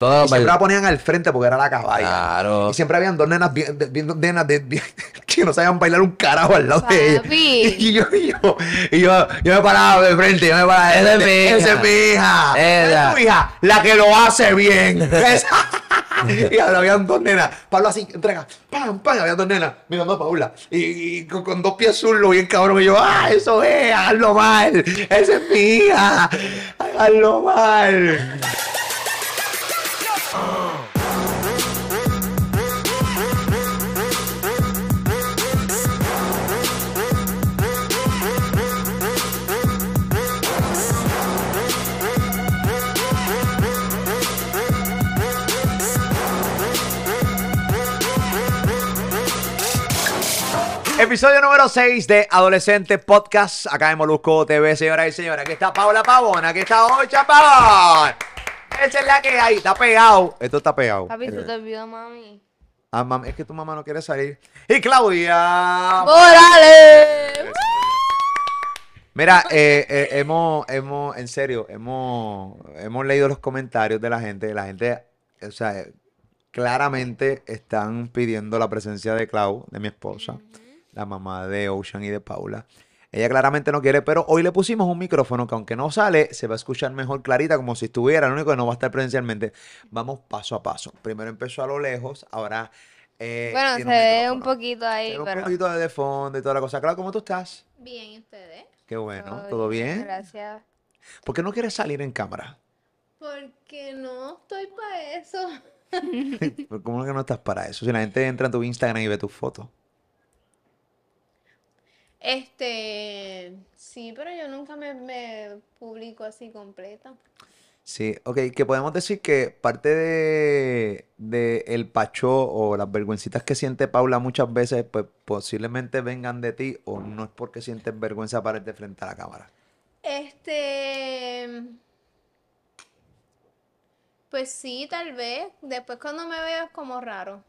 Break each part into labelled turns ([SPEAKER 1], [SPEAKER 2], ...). [SPEAKER 1] Todas
[SPEAKER 2] Y siempre la ponían al frente porque era la caballa.
[SPEAKER 1] Claro.
[SPEAKER 2] Y siempre habían dos nenas, bien, de- bien- dos nenas de- bien- que no sabían bailar un carajo al lado de ella.
[SPEAKER 3] Papi.
[SPEAKER 2] Y yo, y yo, y yo, yo me paraba de frente, yo me paraba de
[SPEAKER 1] Esa es mi
[SPEAKER 2] frente. Esa es
[SPEAKER 1] hija.
[SPEAKER 2] mi hija.
[SPEAKER 1] Esa.
[SPEAKER 2] Es tu hija, la que lo hace bien. Esa. y ahora habían dos nenas. Pablo así, entrega, pam, pam, había dos nenas mirando a Paula. Y, y con, con dos pies zurdos, bien cabrón. Y yo, ah, eso es, hazlo mal. Esa es mi hija. Hazlo mal. Episodio número 6 de Adolescente Podcast, acá en Molusco TV, señoras y señores. Aquí está Paula Pavón, aquí está Ocha Pavón. Esa es la que hay, está pegado. Esto está pegado. Eh,
[SPEAKER 3] Papi, se te olvidó, mami.
[SPEAKER 2] Ah, mam, es que tu mamá no quiere salir. Y Claudia.
[SPEAKER 3] ¡Órale!
[SPEAKER 2] Mira, eh, eh, hemos, hemos, en serio, hemos, hemos leído los comentarios de la gente. La gente, o sea, eh, claramente están pidiendo la presencia de Clau, de mi esposa, la mamá de Ocean y de Paula. Ella claramente no quiere, pero hoy le pusimos un micrófono que aunque no sale, se va a escuchar mejor clarita, como si estuviera. Lo único que no va a estar presencialmente. Vamos paso a paso. Primero empezó a lo lejos, ahora... eh,
[SPEAKER 3] Bueno, se
[SPEAKER 2] tiene
[SPEAKER 3] ve un
[SPEAKER 2] micrófono. pues,
[SPEAKER 3] poquito ahí,
[SPEAKER 2] Tiene un
[SPEAKER 3] pero...
[SPEAKER 2] poquito de fondo y toda la cosa. Clau, ¿cómo tú estás?
[SPEAKER 3] Bien, ¿y ustedes?
[SPEAKER 2] Qué bueno, ¿todo bien?
[SPEAKER 3] Gracias.
[SPEAKER 2] ¿Por qué no quieres salir en cámara?
[SPEAKER 4] Porque no estoy para eso.
[SPEAKER 2] Pero ¿Cómo que no estás para eso? Si la gente entra en tu Instagram y ve tus fotos.
[SPEAKER 4] Este, sí, pero yo nunca me, me publico así completa.
[SPEAKER 2] Sí, ok, que podemos decir que parte de, de el pachó o las vergüencitas que siente Paula muchas veces, pues posiblemente vengan de ti o no es porque sientes vergüenza para irte frente a la cámara.
[SPEAKER 4] Este, pues sí, tal vez. Después cuando me veo es como raro.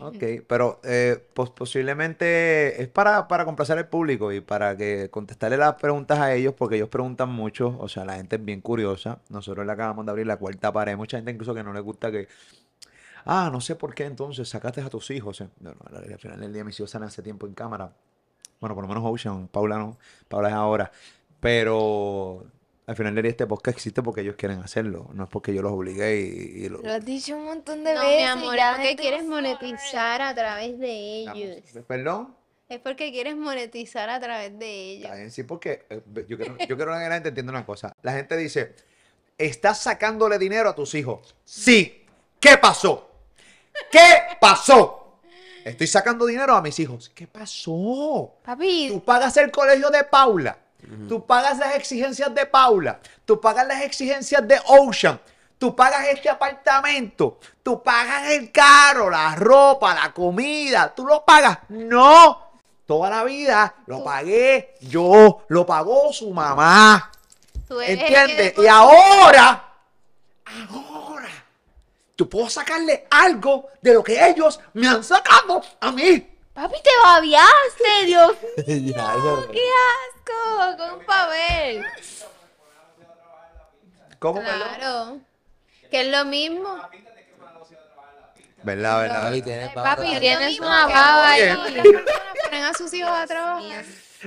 [SPEAKER 2] Ok, pero eh, pos- posiblemente es para, para complacer al público y para que contestarle las preguntas a ellos, porque ellos preguntan mucho, o sea, la gente es bien curiosa. Nosotros le acabamos de abrir la cuarta pared. Hay mucha gente incluso que no le gusta que, ah, no sé por qué entonces sacaste a tus hijos. eh. No, no, al final del día mis hijos salen hace tiempo en cámara. Bueno, por lo menos Ocean, Paula no, Paula es ahora. Pero al final del día este podcast existe porque ellos quieren hacerlo, no es porque yo los obligué y, y lo-
[SPEAKER 3] Lo has dicho un montón de
[SPEAKER 4] No, mi
[SPEAKER 3] veces.
[SPEAKER 4] amor, es
[SPEAKER 3] ya
[SPEAKER 4] porque
[SPEAKER 3] estoy
[SPEAKER 4] quieres
[SPEAKER 3] sorda.
[SPEAKER 4] monetizar a través de ellos.
[SPEAKER 2] ¿Perdón?
[SPEAKER 4] Es porque quieres monetizar a través de ellos.
[SPEAKER 2] Está bien, sí, porque eh, ve- yo quiero, yo quiero que la gente entienda una cosa. La gente dice, estás sacándole dinero a tus hijos. Sí. ¿Qué pasó? ¿Qué pasó? Estoy sacando dinero a mis hijos. ¿Qué pasó?
[SPEAKER 3] Papi,
[SPEAKER 2] Tú pagas el colegio de Paula. Tú pagas las exigencias de Paula. Tú pagas las exigencias de Ocean. Tú pagas este apartamento. Tú pagas el carro, la ropa, la comida. Tú lo pagas. No. Toda la vida lo pagué yo. Lo pagó su mamá.
[SPEAKER 4] Tú eres el Pues, que
[SPEAKER 2] ¿Entiendes? Y
[SPEAKER 4] deposita.
[SPEAKER 2] ahora, ahora, yo puedo sacarle algo de lo que ellos me han sacado a mí.
[SPEAKER 3] papi, te babiaste, Dios
[SPEAKER 2] Ya, ya.
[SPEAKER 3] ¡Qué asco! Con un papel.
[SPEAKER 2] ¿Cómo, perdón?
[SPEAKER 4] Claro. Que es lo mismo.
[SPEAKER 2] ¿Verdad, verdad?
[SPEAKER 1] Papi, tienes pava
[SPEAKER 3] Papi,
[SPEAKER 1] atrás.
[SPEAKER 3] tienes
[SPEAKER 4] mismo
[SPEAKER 3] una
[SPEAKER 4] que
[SPEAKER 3] baba ahí.
[SPEAKER 2] Bien.
[SPEAKER 4] Las personas ponen a sus hijos a trabajar.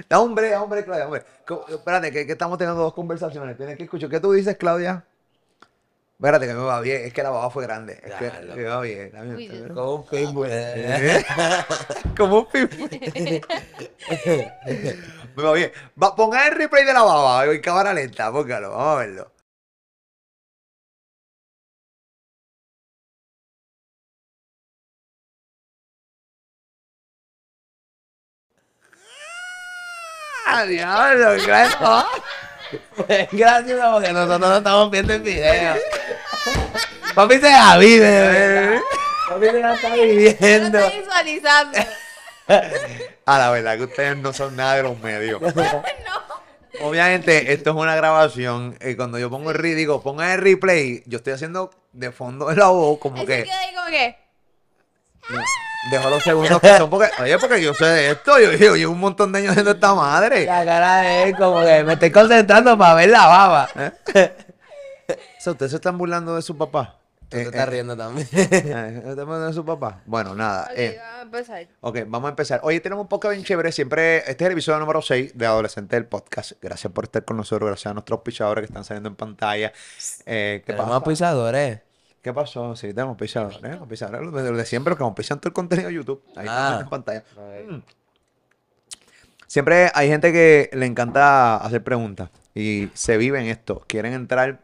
[SPEAKER 2] Da, hombre, da, hombre, Claudia, hombre. Co- Espérate, que, que estamos teniendo dos conversaciones. Tienes que escuchar. ¿Qué tú dices, Claudia? Espérate, que me va bien. Es que la baba fue grande. Es que
[SPEAKER 1] Claro.
[SPEAKER 2] me va bien. la mía está-
[SPEAKER 1] Con un pitbull.
[SPEAKER 2] ¿Eh? Como un pipí. Me va bien. Va, pongan el replay de la baba en cámara lenta. Póngalo. Vamos a verlo. ¡Ah, diablo! Ah. Claro.
[SPEAKER 1] Pues, Gracias, porque nosotros no estamos viendo el video. Papi se la vive, bebé. Papi se la está
[SPEAKER 3] No
[SPEAKER 1] viviendo.
[SPEAKER 3] estoy visualizando.
[SPEAKER 2] A la verdad que ustedes no son nada de los medios. Obviamente, esto es una grabación. Y cuando yo pongo el re- digo, pongan el replay, yo estoy haciendo de fondo de la voz, como
[SPEAKER 3] Así
[SPEAKER 2] que
[SPEAKER 3] que ahí como que...
[SPEAKER 2] dejo los segundos que son. Porque, oye, porque yo sé de esto. Yo yo llevo un montón de años haciendo esta madre.
[SPEAKER 1] La cara de él, como que me estoy concentrando para ver la baba.
[SPEAKER 2] O sea, ustedes se están burlando de su papá.
[SPEAKER 1] Tú
[SPEAKER 2] Eh,
[SPEAKER 1] te estás
[SPEAKER 2] eh,
[SPEAKER 1] riendo también.
[SPEAKER 2] eh, ¿están burlando de su papá. Bueno, nada.
[SPEAKER 4] Ok,
[SPEAKER 2] eh,
[SPEAKER 4] vamos a empezar.
[SPEAKER 2] Ok, vamos a empezar. Oye, tenemos un podcast bien chévere. Siempre, este es el episodio número 6 de Adolescente del Podcast. Gracias por estar con nosotros, gracias a nuestros pichadores que están saliendo en pantalla. Eh, ¿qué,
[SPEAKER 1] Tenemos
[SPEAKER 2] pasó?
[SPEAKER 1] pisadores.
[SPEAKER 2] ¿Qué pasó? Sí, tenemos pichadores. Tenemos pichadores. Los de- los de siempre, los que nos pichan todo el contenido de YouTube. Ahí están
[SPEAKER 1] Ah.
[SPEAKER 2] saliendo en pantalla. Mm. Siempre hay gente que le encanta hacer preguntas y se vive en esto. Quieren entrar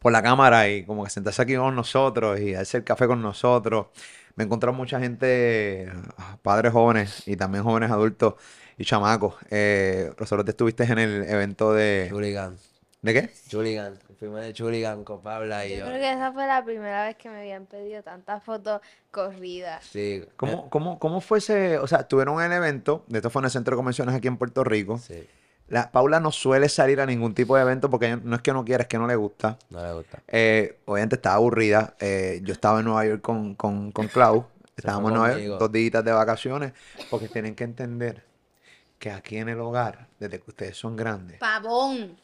[SPEAKER 2] por la cámara y como que sentarse aquí con nosotros y hacer el café con nosotros. Me he encontrado mucha gente, ah, padres jóvenes y también jóvenes adultos y chamacos. Eh, Rosario, te estuviste en el evento de...
[SPEAKER 1] Chuligan.
[SPEAKER 2] ¿De qué?
[SPEAKER 1] Chuligan. Fuimos de Chuligan con Pabla y
[SPEAKER 4] Yo
[SPEAKER 1] yo.
[SPEAKER 4] creo que esa fue la primera vez que me habían pedido tantas fotos corridas.
[SPEAKER 1] Sí.
[SPEAKER 2] ¿Cómo, cómo, ¿Cómo fue ese...? O sea, tuvieron el evento, de esto fue en el Centro de Convenciones aquí en Puerto Rico.
[SPEAKER 1] Eh, Sí.
[SPEAKER 2] La, Paula no suele salir a ningún tipo de evento porque ella- no es que no quiera, es que no le gusta.
[SPEAKER 1] No le gusta.
[SPEAKER 2] Eh, obviamente estaba aburrida. eh, yo estaba en Nueva York con, con, con Clau. Estábamos en Nueva York
[SPEAKER 1] conmigo.
[SPEAKER 2] dos días de vacaciones. Porque tienen que entender que aquí en el hogar, desde que ustedes son grandes,
[SPEAKER 4] Pavón.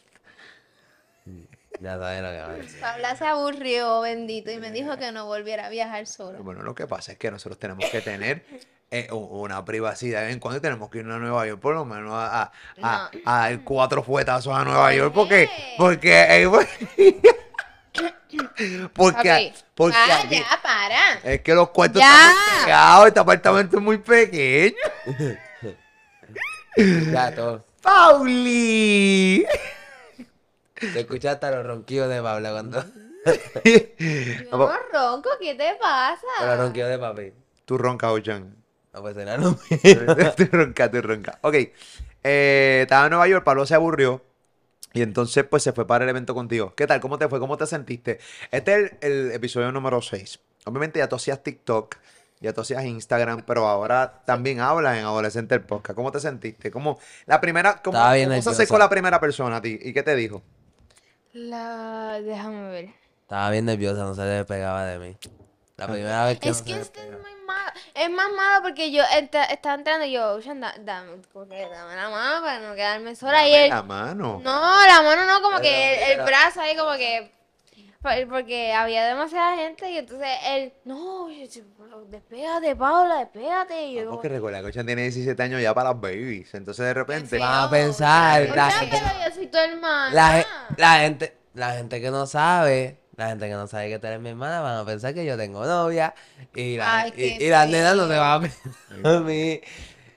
[SPEAKER 1] Ya todavía no que va a decir.
[SPEAKER 4] Paula se aburrió, bendito, y me dijo que no volviera a viajar sola.
[SPEAKER 2] bueno, lo que pasa es que nosotros tenemos que tener eh, u- una privacidad de vez en cuando y tenemos que irnos a Nueva York por lo menos a, a, a- a dar cuatro fuetazos a Nueva York porque porque eh, porque,
[SPEAKER 4] Papi,
[SPEAKER 2] porque
[SPEAKER 4] ah,
[SPEAKER 2] aquí-
[SPEAKER 4] ya, para.
[SPEAKER 2] Es que los cuartos
[SPEAKER 4] Ya.
[SPEAKER 2] están muy pegados, este apartamento es muy pequeño.
[SPEAKER 1] Ya todo.
[SPEAKER 2] ¡Pauli!
[SPEAKER 1] Se escucha hasta los ronquidos de Pabla cuando.
[SPEAKER 4] Yo no ronco, ¿qué te pasa?
[SPEAKER 1] Los ronquidos de papi.
[SPEAKER 2] Tú ronca, Ochan.
[SPEAKER 1] No, pues será lo
[SPEAKER 2] tú
[SPEAKER 1] mismo.
[SPEAKER 2] ronca, tú ronca. Ok. eh, estaba en Nueva York, Pablo se aburrió. Y entonces, pues se fue para el evento contigo. ¿Qué tal? ¿Cómo te fue? ¿Cómo te sentiste? Este es el, el episodio número 6. Obviamente, ya tú hacías TikTok, ya tú hacías Instagram, pero ahora también hablas en Adolescente el Podcast. ¿Cómo te sentiste? ¿Cómo, la primera, cómo,
[SPEAKER 1] Estaba bien
[SPEAKER 2] cómo se
[SPEAKER 1] nervioso.
[SPEAKER 2] acercó la primera persona a ti? ¿Y qué te dijo?
[SPEAKER 4] La... Déjame ver.
[SPEAKER 1] Estaba bien nerviosa, no se despegaba de mí. La primera vez que.
[SPEAKER 4] Es
[SPEAKER 1] no
[SPEAKER 4] que
[SPEAKER 1] se
[SPEAKER 4] usted es
[SPEAKER 1] despegaba.
[SPEAKER 4] muy malo. Es más malo porque yo ent- estaba entrando y yo, Ocean, da- dame, como que dame la mano para no quedarme sola. y
[SPEAKER 2] Dame
[SPEAKER 4] él,
[SPEAKER 2] la mano.
[SPEAKER 4] no, la mano no, como
[SPEAKER 1] Era,
[SPEAKER 4] que el, el
[SPEAKER 1] era.
[SPEAKER 4] brazo ahí, como que. por- Porque había demasiada gente y entonces él, no, yo- yo- despégate, Paula, despégate. Y yo,
[SPEAKER 2] Vamos
[SPEAKER 4] como,
[SPEAKER 2] que recordar que Ocean tiene 17 años ya para las babies. Entonces de repente.
[SPEAKER 4] feo.
[SPEAKER 1] Vamos a pensar.
[SPEAKER 4] "Ocean,
[SPEAKER 1] La
[SPEAKER 4] pero
[SPEAKER 1] gente,
[SPEAKER 4] yo soy tu hermana.
[SPEAKER 1] la, ge- la gente, la gente que no sabe, la gente que no sabe que tú eres mi hermana, van a pensar que yo tengo novia. Y la,
[SPEAKER 4] Ay,
[SPEAKER 1] y,
[SPEAKER 4] qué
[SPEAKER 1] y las nenas no se
[SPEAKER 4] feo.
[SPEAKER 1] van a pensar a mí.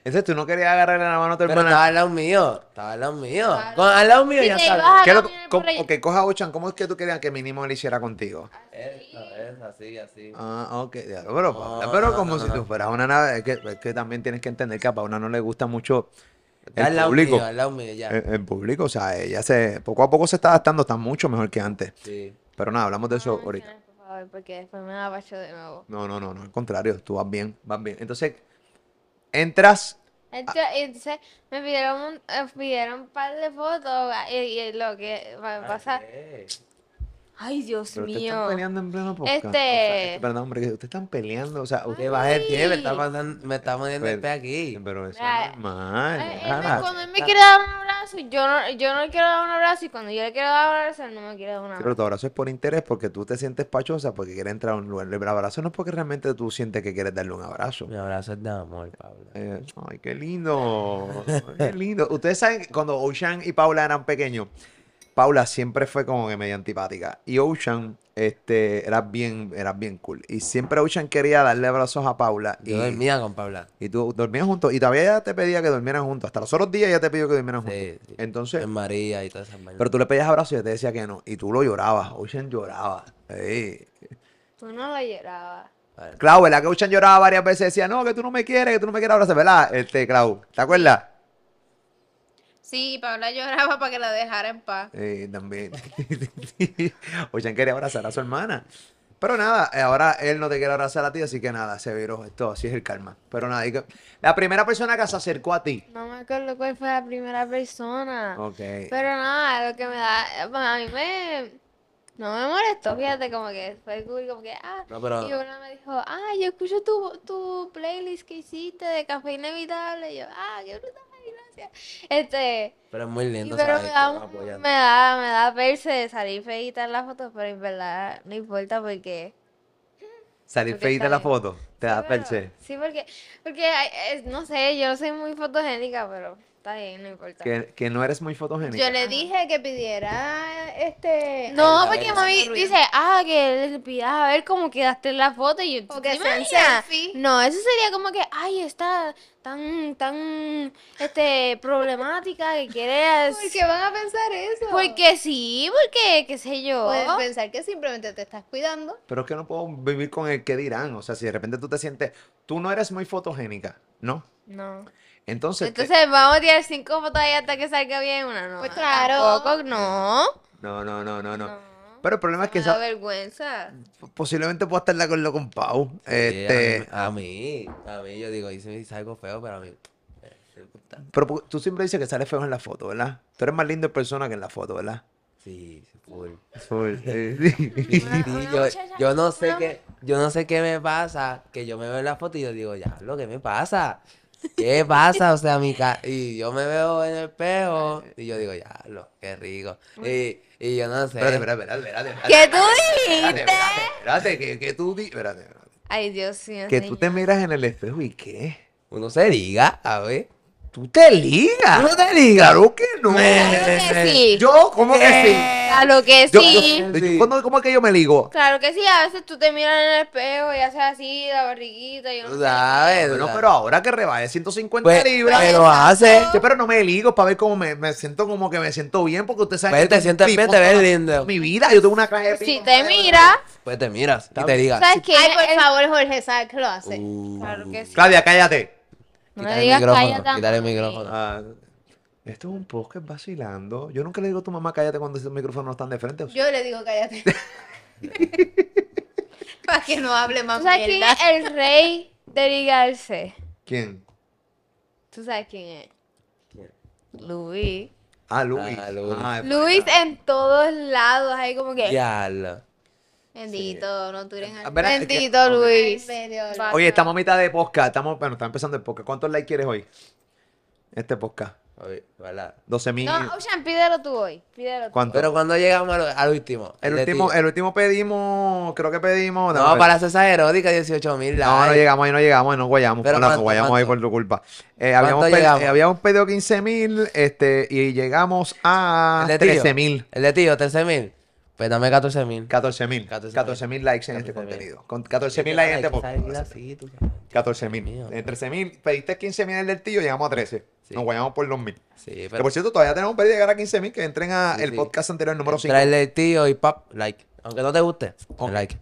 [SPEAKER 2] Entonces tú no querías agarrarle la mano a tu
[SPEAKER 1] Pero
[SPEAKER 2] hermana.
[SPEAKER 1] estaba al lado mío. Estaba al lado mío.
[SPEAKER 4] Claro.
[SPEAKER 1] Con- al lado mío
[SPEAKER 4] Si
[SPEAKER 1] ya
[SPEAKER 4] te
[SPEAKER 1] sabes.
[SPEAKER 4] ibas a
[SPEAKER 2] ¿Qué lo-
[SPEAKER 4] caminar por
[SPEAKER 2] cómo-
[SPEAKER 4] ahí-
[SPEAKER 2] ok, coja Ochan, ¿cómo es que tú querías que mínimo le hiciera contigo?
[SPEAKER 1] Eso, eso, así, así.
[SPEAKER 2] Ah, ok, ya, pero, Paula,
[SPEAKER 1] No,
[SPEAKER 2] pero
[SPEAKER 1] no,
[SPEAKER 2] como
[SPEAKER 1] no,
[SPEAKER 2] si
[SPEAKER 1] no.
[SPEAKER 2] tú fueras una nave, es que, es que también tienes que entender que a Paula no le gusta mucho
[SPEAKER 1] Está al
[SPEAKER 2] el
[SPEAKER 1] lado
[SPEAKER 2] público. Eh.
[SPEAKER 1] mío, al lado mío, ya.
[SPEAKER 2] El, el público, o sea, ella se, poco a poco se está adaptando, está mucho mejor que antes.
[SPEAKER 1] Sí.
[SPEAKER 2] Pero nada, hablamos de
[SPEAKER 4] Ah, No
[SPEAKER 2] eso
[SPEAKER 4] me
[SPEAKER 2] ahorita. Ah.
[SPEAKER 4] menciones, por favor, porque después me da bacho de nuevo.
[SPEAKER 2] No, no, no, no, al contrario, tú vas bien, vas bien. Entonces, entras,
[SPEAKER 4] Entonces, entonces me pidieron un, eh, pidieron un par de fotos ah, y, y lo que va a pasar.
[SPEAKER 1] Eh,
[SPEAKER 4] Ay, Dios
[SPEAKER 2] Ah, pero ustedes
[SPEAKER 4] mío.
[SPEAKER 2] están peleando en pleno podcast. O sea,
[SPEAKER 4] Este-
[SPEAKER 2] es- perdón, hombre, que ustedes están peleando, o sea, ustedes
[SPEAKER 1] Que baje el pie, me
[SPEAKER 4] Ay.
[SPEAKER 1] está, pasando- me está poniendo el
[SPEAKER 2] Pero-
[SPEAKER 1] pie aquí.
[SPEAKER 2] Pero eso
[SPEAKER 4] Mira,
[SPEAKER 2] es normal.
[SPEAKER 4] Ay, él me-
[SPEAKER 2] nada.
[SPEAKER 4] Eh, cuando él me quiere dar un abrazo, yo no, yo no le quiero dar un abrazo y cuando yo le quiero dar un abrazo, él no me quiere dar
[SPEAKER 1] Ah.
[SPEAKER 4] un
[SPEAKER 2] Pero
[SPEAKER 4] abrazo.
[SPEAKER 2] tu abrazo es por interés, porque tú te sientes pachosa, porque quieres entrar a un lugar. El abrazo no es porque realmente tú sientes que quieres darle un abrazo.
[SPEAKER 1] Mi abrazo es de amor, Pablo.
[SPEAKER 2] Eh, ay, qué lindo. Qué lindo. Ustedes saben que cuando Ocean y Paula eran pequeños, Paula siempre fue como que medio antipática. Y Ocean, este, era bien, era bien cool. Y siempre Ocean quería darle abrazos a Paula.
[SPEAKER 1] Yo
[SPEAKER 2] y,
[SPEAKER 1] dormía con Paula.
[SPEAKER 2] y tú dormías juntos. Y todavía ella te pedía que durmieran juntos. Hasta los otros días ella te pidió que durmieran
[SPEAKER 1] Sí,
[SPEAKER 2] juntos.
[SPEAKER 1] sí. Em,
[SPEAKER 2] Entonces,
[SPEAKER 1] En María y todas esas vainas.
[SPEAKER 2] Pero tú le pedías abrazo y él te decía que no. Y tú lo llorabas. Ocean lloraba. Ey.
[SPEAKER 4] Tú no lo llorabas.
[SPEAKER 1] Vale.
[SPEAKER 2] Clau, ¿verdad que Ocean lloraba varias veces? Decía, no, que tú no me quieres, que tú no me quieres abrazar, ¿verdad? Este, Clau, ¿te acuerdas?
[SPEAKER 4] Sí, Paula lloraba para que la dejara en paz.
[SPEAKER 2] Eh, también. Ocean quería abrazar a su hermana. Pero nada, eh, ahora él no te quiere abrazar a ti, así que nada, se viró. Esto así es el karma. Pero nada, y que- la primera persona que se acercó a ti.
[SPEAKER 4] No me acuerdo cuál fue la primera persona.
[SPEAKER 2] Ok.
[SPEAKER 4] Pero nada, lo que me da, bueno, a mí me, no me molestó, fíjate, como que fue cool, como que, ah,
[SPEAKER 1] No, pero-
[SPEAKER 4] y una me dijo, ah, yo escucho tu, tu playlist que hiciste de Café Inevitable, y yo, ah, qué brutal, gracias, gracias. Este,
[SPEAKER 1] Pero es muy
[SPEAKER 4] y
[SPEAKER 1] lindo,
[SPEAKER 4] pero
[SPEAKER 1] ¿sabes?
[SPEAKER 4] me
[SPEAKER 1] Que
[SPEAKER 4] da,
[SPEAKER 1] nos
[SPEAKER 4] un-
[SPEAKER 1] apoyan.
[SPEAKER 4] me da, me da verse de salir feita en las fotos, pero en verdad no importa porque...
[SPEAKER 2] Salir
[SPEAKER 4] Porque
[SPEAKER 2] feita
[SPEAKER 4] está
[SPEAKER 2] en la
[SPEAKER 4] bien. Ah.
[SPEAKER 2] foto. Te da
[SPEAKER 4] pero-
[SPEAKER 2] perche.
[SPEAKER 4] Sí, porque, porque ay, es- no sé, yo no soy muy fotogénica, pero está bien, no importa.
[SPEAKER 2] Que, que no eres muy fotogénica.
[SPEAKER 5] Yo le dije que pidiera este.
[SPEAKER 4] No,
[SPEAKER 1] Ay, la
[SPEAKER 4] porque
[SPEAKER 1] verga.
[SPEAKER 4] mami dice, ah, que le pidas a ver cómo quedaste en la foto y yo,
[SPEAKER 5] O
[SPEAKER 4] ¿tú
[SPEAKER 5] que
[SPEAKER 4] te
[SPEAKER 5] sean
[SPEAKER 4] imaginas?
[SPEAKER 5] selfie.
[SPEAKER 4] No, eso sería como que, ay, está tan, tan, este, problemática que quieres.
[SPEAKER 5] ¿Por qué van a pensar eso?
[SPEAKER 4] pues, Porque sí, porque, qué sé yo.
[SPEAKER 5] Pueden pensar que simplemente te estás cuidando.
[SPEAKER 2] Pero es que no puedo vivir con el que dirán. O sea, si de repente tú te sientes, tú no eres muy fotogénica, ¿no?
[SPEAKER 4] No.
[SPEAKER 2] Entonces, te-
[SPEAKER 4] Entonces vamos a tirar cinco fotos ahí hasta que salga bien una, no.
[SPEAKER 5] Pues claro.
[SPEAKER 4] Tampoco, no.
[SPEAKER 2] no, no, no, no, no.
[SPEAKER 4] No.
[SPEAKER 2] Pero el problema es que
[SPEAKER 4] Me da
[SPEAKER 2] esa-
[SPEAKER 4] vergüenza.
[SPEAKER 2] posiblemente pueda estar de acuerdo con Pau.
[SPEAKER 1] Sí,
[SPEAKER 2] Este,
[SPEAKER 1] a, mí, a mí, a mí, yo digo, y si me dice algo feo, pero a mí. eh, me gusta.
[SPEAKER 2] pero pu- tú siempre dices que sales feo en la foto, ¿verdad? Tú eres más lindo en persona que en la foto, ¿verdad?
[SPEAKER 1] Sí, sí, full. Sí,
[SPEAKER 2] Sí.
[SPEAKER 1] sí,
[SPEAKER 4] una
[SPEAKER 1] yo,
[SPEAKER 4] muchacha-
[SPEAKER 1] yo no sé
[SPEAKER 4] una
[SPEAKER 1] qué, yo no sé qué me pasa, que yo me veo en la foto y yo digo, ya, lo que me pasa, ¿qué pasa? O sea, mi ca- y yo me veo en el espejo y yo digo, ya, lo, qué rico. Y, y yo no sé.
[SPEAKER 2] Espérate, espérate, espérate, espérate, espérate,
[SPEAKER 4] ¿Qué tú
[SPEAKER 2] espérate,
[SPEAKER 4] dijiste?
[SPEAKER 2] espérate, espérate, que, que tú di- espérate, espérate.
[SPEAKER 4] Ay, Dios mío,
[SPEAKER 2] Que tú
[SPEAKER 4] señor.
[SPEAKER 2] te miras en el espejo y qué.
[SPEAKER 1] Uno se diga, a ver.
[SPEAKER 2] Tú te ligas. No te ligas. Claro que no.
[SPEAKER 4] Claro que sí.
[SPEAKER 2] Yo, ¿cómo que sí?
[SPEAKER 4] Claro que
[SPEAKER 2] Yo,
[SPEAKER 4] sí.
[SPEAKER 2] yo- yo- ¿cuándo- ¿Cómo es que yo me ligo?
[SPEAKER 4] Claro que sí, a veces tú te miras en el espejo y haces así, la barriguita, yo no
[SPEAKER 1] Tú
[SPEAKER 4] sé.
[SPEAKER 1] sabes,
[SPEAKER 2] Bueno,
[SPEAKER 1] tú
[SPEAKER 2] pero
[SPEAKER 1] sabes.
[SPEAKER 2] ahora que rebaje 150
[SPEAKER 1] Pues,
[SPEAKER 2] libras.
[SPEAKER 1] pero hace.
[SPEAKER 2] Che, pero no me ligo para ver cómo me, me siento como que me siento bien porque usted sabe
[SPEAKER 1] Pues
[SPEAKER 2] que
[SPEAKER 1] te
[SPEAKER 2] tengo
[SPEAKER 1] sientes
[SPEAKER 2] un
[SPEAKER 1] bien,
[SPEAKER 2] pipón
[SPEAKER 1] te ves
[SPEAKER 2] toda
[SPEAKER 1] lindo.
[SPEAKER 2] Mi vida, yo tengo una caja de
[SPEAKER 4] Si
[SPEAKER 2] pipón.
[SPEAKER 4] te miras,
[SPEAKER 1] Pues te miras y te digas.
[SPEAKER 4] ¿sabes qué?
[SPEAKER 5] Ay, por
[SPEAKER 4] El-
[SPEAKER 5] favor, Jorge, ¿sabes que lo hace?
[SPEAKER 1] Uh,
[SPEAKER 4] Claro que sí.
[SPEAKER 2] Claudia, cállate.
[SPEAKER 4] No
[SPEAKER 1] Quítale
[SPEAKER 4] me
[SPEAKER 1] el
[SPEAKER 4] digas
[SPEAKER 1] micrófono,
[SPEAKER 4] cállate,
[SPEAKER 1] quítale el
[SPEAKER 4] mami.
[SPEAKER 1] micrófono.
[SPEAKER 2] Ah, esto es un podcast vacilando. Yo nunca le digo a tu mamá cállate cuando esos micrófonos no están de frente. o sea.
[SPEAKER 5] Yo le digo cállate. Para que no hable más
[SPEAKER 4] ¿Tú sabes quién
[SPEAKER 5] mierda.
[SPEAKER 4] es el rey de ligarse?
[SPEAKER 2] ¿Quién?
[SPEAKER 4] ¿Tú sabes quién es? Luis.
[SPEAKER 2] Ah, Luis.
[SPEAKER 1] Ah, Luis.
[SPEAKER 2] Ah,
[SPEAKER 4] Luis eh, en todos lados, ahí como que...
[SPEAKER 1] Diablo.
[SPEAKER 5] Bendito, no tiren
[SPEAKER 2] Ah,
[SPEAKER 5] al
[SPEAKER 2] espera, es que-
[SPEAKER 4] Bendito
[SPEAKER 2] ok.
[SPEAKER 4] Luis.
[SPEAKER 5] medio.
[SPEAKER 4] Va.
[SPEAKER 2] Oye, estamos a mitad de podcast. Estamos, bueno, está empezando el podcast. ¿Cuántos likes quieres hoy? Este podcast.
[SPEAKER 1] Oye, ¿verdad?
[SPEAKER 2] 12 mil.
[SPEAKER 4] No, Ocean, pídelo tú hoy, pídelo tú.
[SPEAKER 2] ¿Cuánto?
[SPEAKER 1] Pero cuando llegamos al, al último.
[SPEAKER 2] el,
[SPEAKER 1] de
[SPEAKER 2] último,
[SPEAKER 1] ti.
[SPEAKER 2] el último pedimos, creo que pedimos.
[SPEAKER 1] No, para esas eróticas, 18 mil
[SPEAKER 2] No, no llegamos ahí, no llegamos ahí, no guayamos.
[SPEAKER 1] Pero
[SPEAKER 2] Pero
[SPEAKER 1] ¿cuánto,
[SPEAKER 2] guayamos ahí
[SPEAKER 1] cuánto?
[SPEAKER 2] por tu culpa. Eh, habíamos,
[SPEAKER 1] ¿Cuánto
[SPEAKER 2] pe-
[SPEAKER 1] llegamos?
[SPEAKER 2] eh, habíamos pedido 15 mil este, y llegamos a
[SPEAKER 1] ¿El de tío?
[SPEAKER 2] 13 mil.
[SPEAKER 1] El de tío, 13 mil. Pues dame 14 mil.
[SPEAKER 2] 14 mil.
[SPEAKER 1] 14.000.
[SPEAKER 2] 14 mil likes en este
[SPEAKER 1] 14.000.
[SPEAKER 2] contenido. Con 14 mil likes en este podcast. 14 mil.
[SPEAKER 1] Dios mío.
[SPEAKER 2] En 13 mil. Pediste 15 mil el del tío, llegamos a 13.
[SPEAKER 1] Sí.
[SPEAKER 2] Nos guayamos por los mil.
[SPEAKER 1] Sí,
[SPEAKER 2] Pero
[SPEAKER 1] pero.
[SPEAKER 2] por cierto, todavía tenemos pedido de llegar a 15 mil que entren a
[SPEAKER 1] Sí,
[SPEAKER 2] el
[SPEAKER 1] sí.
[SPEAKER 2] podcast anterior, el número 5.
[SPEAKER 1] Trae el de tío y pap, like. Aunque no te guste,
[SPEAKER 2] Ok.
[SPEAKER 1] like.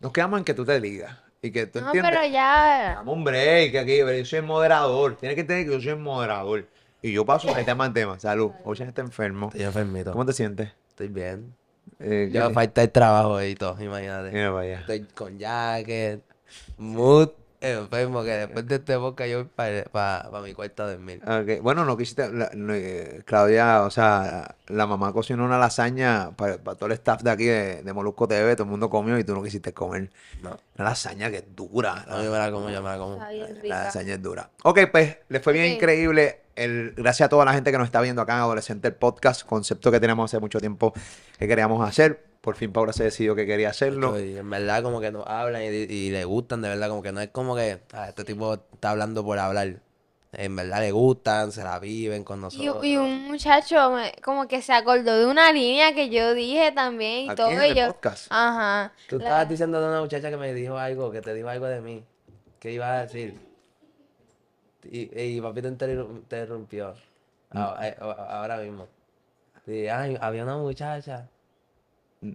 [SPEAKER 2] Nos quedamos en que tú te digas. Y que tú
[SPEAKER 4] No,
[SPEAKER 2] entiendes.
[SPEAKER 4] pero ya...
[SPEAKER 2] Dame un break aquí, pero yo soy el moderador. Tienes que entender que yo soy el moderador. Y yo paso de tema en tema. Salud. Ocean está enfermo.
[SPEAKER 1] Estoy enfermito.
[SPEAKER 2] ¿Cómo te sientes?
[SPEAKER 1] Estoy bien.
[SPEAKER 2] Eh,
[SPEAKER 1] Ya
[SPEAKER 2] ¿qué-
[SPEAKER 1] me falta el trabajo y todo, imagínate.
[SPEAKER 2] Mira para allá.
[SPEAKER 1] Estoy con jacket, mood, enfermo, que después de este boca yo voy para mi cuarto a dormir.
[SPEAKER 2] Ok, Bueno, no quisiste. la- no, eh, Claudia, o sea, la mamá cocinó una lasaña para, para todo el staff de aquí de, de Molusco TV. Todo el mundo comió y tú no quisiste comer.
[SPEAKER 1] No,
[SPEAKER 2] Una lasaña que es dura.
[SPEAKER 1] no, yo me la como, yo me la como.
[SPEAKER 4] Está bien
[SPEAKER 2] La
[SPEAKER 4] rica.
[SPEAKER 2] lasaña es dura. Ok, pues les fue bien
[SPEAKER 4] Ok.
[SPEAKER 2] increíble. El, gracias a toda la gente que nos está viendo acá en Adolescente el Podcast, concepto que tenemos hace mucho tiempo que queríamos hacer. Por fin Paula se decidió que quería hacerlo.
[SPEAKER 1] Y en verdad como que nos hablan y, y le gustan, de verdad, como que no es como que "Ah, este tipo está hablando por hablar. En verdad le gustan, se la viven con
[SPEAKER 4] Y,
[SPEAKER 1] nosotros.
[SPEAKER 4] y un muchacho me- como que se acordó de una línea que yo dije también y
[SPEAKER 2] Aquí
[SPEAKER 4] todo
[SPEAKER 2] en
[SPEAKER 4] y
[SPEAKER 2] el
[SPEAKER 4] yo,
[SPEAKER 2] podcast.
[SPEAKER 4] ajá,
[SPEAKER 1] Tú estabas diciendo de una muchacha que me dijo algo, que te dijo algo de mí. ¿Qué ibas a decir? Y, y papi te interru- te interrumpió.
[SPEAKER 2] Mm.
[SPEAKER 1] Ah, eh, a- a- Ahora mismo. Sí, ay, había una muchacha.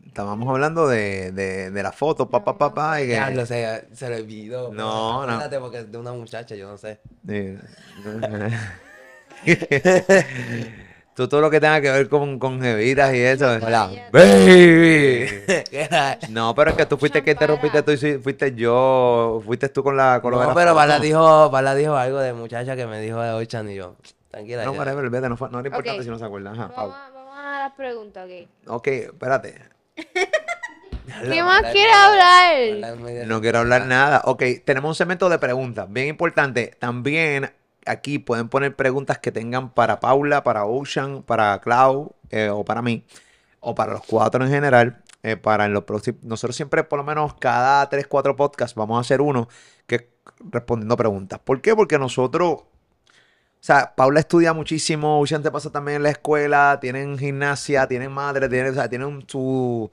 [SPEAKER 2] Estábamos hablando de, de, de la foto, papá, papá, y que-
[SPEAKER 1] Diablo, se, se le olvidó.
[SPEAKER 2] No, no.
[SPEAKER 1] Espérate, porque es de una muchacha, yo no sé.
[SPEAKER 2] Eh, Tú todo lo que tenga que ver con, con jevitas y eso. la baby. No, pero es que tú fuiste que interrumpiste, tú hici- fuiste yo, fuiste tú con la con lo de
[SPEAKER 1] No,
[SPEAKER 2] la
[SPEAKER 1] pero
[SPEAKER 2] foto.
[SPEAKER 1] Bala dijo, Bala dijo algo de muchacha que me dijo de Ochan y yo. Tranquila.
[SPEAKER 2] No,
[SPEAKER 1] ya.
[SPEAKER 2] whatever, olvídate, no, fue- no era importante
[SPEAKER 4] Ok.
[SPEAKER 2] si no se acuerdan. Ajá, Pau.
[SPEAKER 4] vamos, a- vamos a las preguntas, ok.
[SPEAKER 2] Ok, espérate.
[SPEAKER 1] Diablo,
[SPEAKER 4] ¿Qué más
[SPEAKER 1] Bala-
[SPEAKER 4] quiere
[SPEAKER 1] Bala-
[SPEAKER 4] hablar?
[SPEAKER 1] Bala es medio-
[SPEAKER 2] No quiero hablar nada. Ok, tenemos un segmento de preguntas, bien importante. También aquí pueden poner preguntas que tengan para Paula, para Ocean, para Clau eh, o para mí, o para los cuatro en general. eh, para en los próximos, nosotros siempre, por lo menos cada 3, 4 podcasts, vamos a hacer uno que es respondiendo preguntas. ¿Por qué? Porque nosotros o sea, Paula estudia muchísimo, Ocean te pasa también en la escuela, tienen gimnasia, tienen madre, tienen, o sea, tienen su,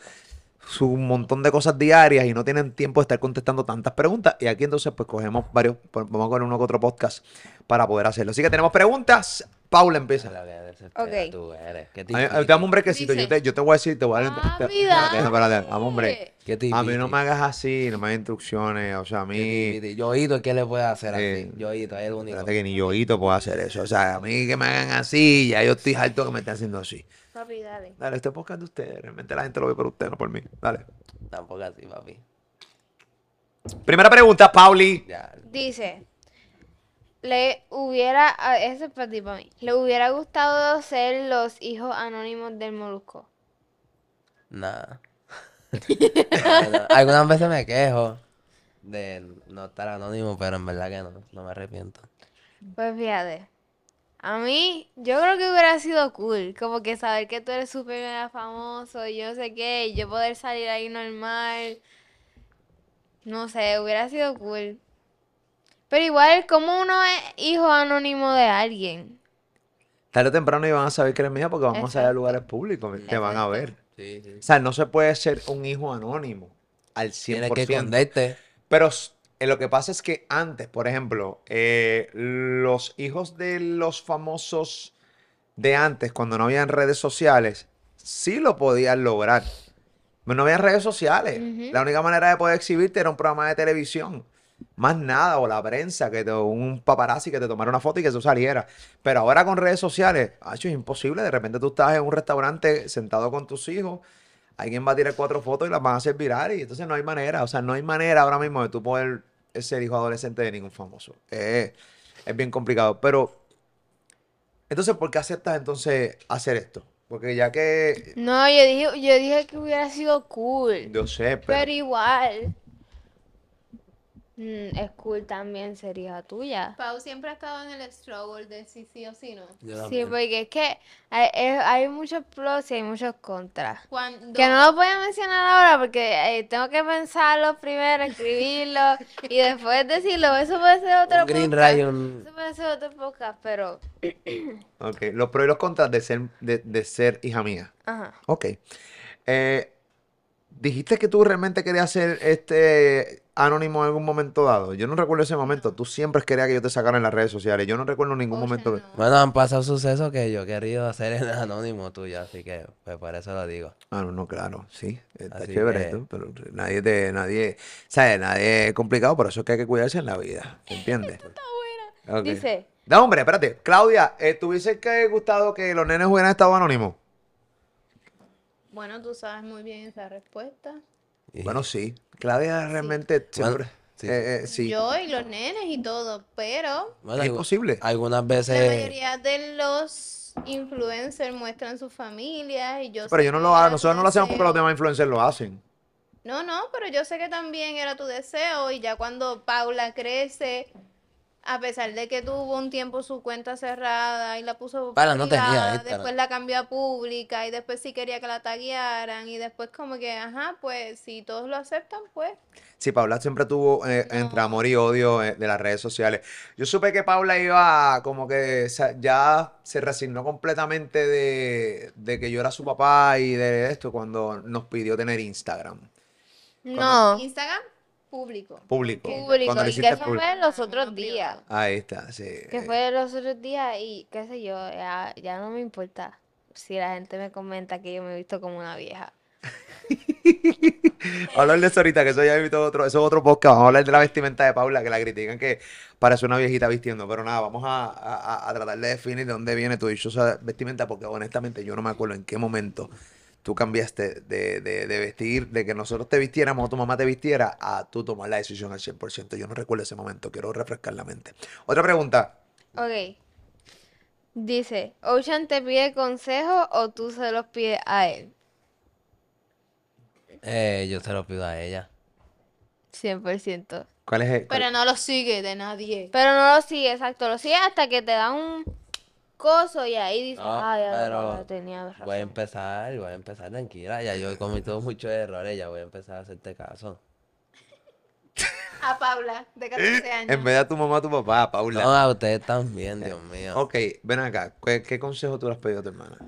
[SPEAKER 2] su montón de cosas diarias y no tienen tiempo de estar contestando tantas preguntas. Y aquí entonces pues cogemos varios, pues, vamos a coger uno que otro podcast para poder hacerlo. Así que tenemos preguntas. Paula, empieza.
[SPEAKER 1] La verdad, desesperada tú eres. Qué
[SPEAKER 2] A mí- a-
[SPEAKER 1] tipiti.
[SPEAKER 2] Dame eh, un brequecito, yo te, yo te voy a decir, te voy a dar...
[SPEAKER 4] Papi,
[SPEAKER 2] te- te-
[SPEAKER 4] dale.
[SPEAKER 2] espérate, dame un break.
[SPEAKER 1] Qué
[SPEAKER 2] A mí no
[SPEAKER 1] tipiti.
[SPEAKER 2] me hagas así, no me hagas instrucciones, o sea, a
[SPEAKER 1] Qué
[SPEAKER 2] mí...
[SPEAKER 1] tipiti. Yoíto, ¿qué le puede hacer
[SPEAKER 2] Eh,
[SPEAKER 1] así? Yoíto, es el único.
[SPEAKER 2] Espérate que ni yoito puedo hacer eso. O sea, a mí que me hagan así, ya yo estoy harto que me estén haciendo así.
[SPEAKER 4] Papi, dale.
[SPEAKER 2] Dale, este podcast de ustedes. Realmente la gente lo ve por ustedes, no por mí. Dale.
[SPEAKER 1] Tampoco así, papi.
[SPEAKER 2] Primera pregunta, Pauli.
[SPEAKER 1] Ya.
[SPEAKER 4] Dice, le hubiera, ah, ese es para ti, para mí, le hubiera gustado ser los hijos anónimos del molusco.
[SPEAKER 1] Nada. Algunas veces me quejo de no estar anónimo, pero en verdad que no, no me arrepiento.
[SPEAKER 4] Pues fíjate, a mí yo creo que hubiera sido cool, como que saber que tú eres súper mega famoso y yo no sé qué, y yo poder salir ahí normal, no sé, hubiera sido cool. Pero igual, como uno es hijo anónimo de alguien?
[SPEAKER 2] Tarde o temprano iban a saber que eres mía porque vamos a salir a
[SPEAKER 4] Exacto.
[SPEAKER 2] lugares públicos. Te van a ver.
[SPEAKER 1] Sí, sí.
[SPEAKER 2] O sea, no se puede ser un hijo anónimo al 100%.
[SPEAKER 1] Tienes que esconderte.
[SPEAKER 2] Pero s- eh, lo que pasa es que antes, por ejemplo, eh, los hijos de los famosos de antes, cuando no habían redes sociales, sí lo podían lograr. Pero no había redes sociales. La única manera de poder exhibirte era un programa de televisión. Más nada, o la prensa, que te- un paparazzi que te tomara una foto y que eso saliera. Pero ahora con redes sociales, acho, es imposible. De repente tú estás en un restaurante sentado con tus hijos alguien va a tirar cuatro fotos y las van a hacer virales. Y entonces no hay manera, o sea, no hay manera ahora mismo de tú poder ser hijo adolescente de ningún famoso. Eh, es bien complicado. Pero, entonces, ¿por qué aceptas entonces hacer esto? Porque ya que,
[SPEAKER 4] No, yo dije, yo dije que hubiera sido cool,
[SPEAKER 2] yo sé, pero,
[SPEAKER 4] pero igual, mm, es cool también ser hija tuya.
[SPEAKER 5] Pau siempre ha estado en el struggle de si sí pues, o si no.
[SPEAKER 1] Yo
[SPEAKER 4] Sí,
[SPEAKER 1] también.
[SPEAKER 4] porque es que hay, es- hay muchos pros y hay muchos contras.
[SPEAKER 5] Cuando,
[SPEAKER 4] Que no lo voy a mencionar ahora porque eh, tengo que pensarlo primero, escribirlo y después decirlo. Eso puede ser otro
[SPEAKER 1] Un Green
[SPEAKER 4] podcast.
[SPEAKER 1] Ray, un...
[SPEAKER 4] Eso puede ser otro podcast, pero.
[SPEAKER 2] ok, los pros y los contras de ser, de, de ser hija mía.
[SPEAKER 4] Ajá.
[SPEAKER 2] Ok. Eh, dijiste que tú realmente querías ser este anónimo en algún momento dado. Yo no recuerdo ese momento. Tú siempre querías que yo te sacara en las redes sociales. Yo no recuerdo ningún
[SPEAKER 5] Ocean
[SPEAKER 2] momento. que-
[SPEAKER 5] no.
[SPEAKER 1] Bueno, han pasado sucesos que yo he querido hacer el anónimo tuyo, así que pues por eso lo digo.
[SPEAKER 2] Ah, no, no, claro, sí, está
[SPEAKER 1] Así
[SPEAKER 2] chévere
[SPEAKER 1] que-
[SPEAKER 2] esto, pero nadie te, nadie, ¿sabes? Nadie es complicado, por eso es que hay que cuidarse en la vida, ¿te ¿entiendes? Está buena.
[SPEAKER 4] Dice.
[SPEAKER 2] No, hombre, espérate, Claudia, eh, ¿te hubiese que- gustado que los nenes hubieran estado anónimos?
[SPEAKER 5] Bueno, tú sabes muy bien esa respuesta.
[SPEAKER 1] Y-
[SPEAKER 2] Bueno, sí, Claudia realmente siempre,
[SPEAKER 1] sí.
[SPEAKER 2] eh, eh, sí,
[SPEAKER 5] Yo y los nenes y todo, pero
[SPEAKER 1] bueno,
[SPEAKER 2] es
[SPEAKER 1] algu-
[SPEAKER 2] posible.
[SPEAKER 1] Algunas
[SPEAKER 5] la
[SPEAKER 1] veces...
[SPEAKER 5] mayoría de los influencers muestran sus familias y yo
[SPEAKER 2] pero
[SPEAKER 5] sé
[SPEAKER 2] yo no
[SPEAKER 5] que
[SPEAKER 2] lo hago,
[SPEAKER 5] era tu
[SPEAKER 2] nosotros no lo hacemos porque los
[SPEAKER 5] deseo.
[SPEAKER 2] demás influencers lo hacen.
[SPEAKER 5] No, no, pero yo sé que también era tu deseo y ya cuando Paula crece, a pesar de que tuvo un tiempo su cuenta cerrada y la puso
[SPEAKER 1] Paula no tenía
[SPEAKER 5] privada,
[SPEAKER 1] Instagram.
[SPEAKER 5] después la cambió a pública y después sí quería que la taguearan y después como que, ajá, pues si todos lo aceptan, pues
[SPEAKER 2] Sí, Paula siempre tuvo eh, entre amor y odio eh, de las redes sociales. Yo supe que Paula iba como que sa- ya se resignó completamente de, de que yo era su papá y de esto cuando nos pidió tener Instagram
[SPEAKER 4] No,
[SPEAKER 5] Instagram público.
[SPEAKER 2] público.
[SPEAKER 4] público.
[SPEAKER 2] Cuando lo
[SPEAKER 4] Y que
[SPEAKER 2] hiciste
[SPEAKER 4] eso
[SPEAKER 2] público.
[SPEAKER 4] fue los
[SPEAKER 5] Ah,
[SPEAKER 4] otros
[SPEAKER 5] no
[SPEAKER 4] días.
[SPEAKER 5] privado.
[SPEAKER 2] Ahí está, sí.
[SPEAKER 4] Que
[SPEAKER 2] eh,
[SPEAKER 4] fue los otros días y qué sé yo, ya, ya no me importa si la gente me comenta que yo me he visto como una vieja.
[SPEAKER 2] Hablar de eso ahorita, que eso ya he visto otro, eso es otro podcast. Vamos a hablar de la vestimenta de Paula, que la critican que parece una viejita vistiendo. Pero nada, vamos a, a- a tratar de definir de dónde viene tu dichosa vestimenta, porque honestamente yo no me acuerdo en qué momento tú cambiaste de, de- de vestir, de que nosotros te vistiéramos o tu mamá te vistiera, a tú tomar la decisión al 100%. Yo no recuerdo ese momento, quiero refrescar la mente. Otra pregunta.
[SPEAKER 4] Ok. Dice, Ocean te pide consejos o tú se los pides a él.
[SPEAKER 1] Eh, yo se lo pido a ella.
[SPEAKER 4] 100%.
[SPEAKER 2] ¿Cuál es el?
[SPEAKER 5] Pero no lo sigue de nadie.
[SPEAKER 4] Pero no lo sigue, exacto. Lo sigue hasta que te dan un coso y ahí dices,
[SPEAKER 1] No,
[SPEAKER 4] ay, ahora
[SPEAKER 1] Ah, pero
[SPEAKER 4] tenía razón.
[SPEAKER 1] Voy a empezar, voy a empezar tranquila. Ya yo he cometido muchos errores, ya voy a empezar a hacerte caso.
[SPEAKER 5] A Paula,
[SPEAKER 1] Eh,
[SPEAKER 5] de 14 años.
[SPEAKER 2] En vez de a tu mamá, a tu papá, a Paula.
[SPEAKER 1] No, a ustedes también, Dios mío.
[SPEAKER 2] Ok, ven acá. ¿Qué, qué consejo tú le has pedido a tu hermana?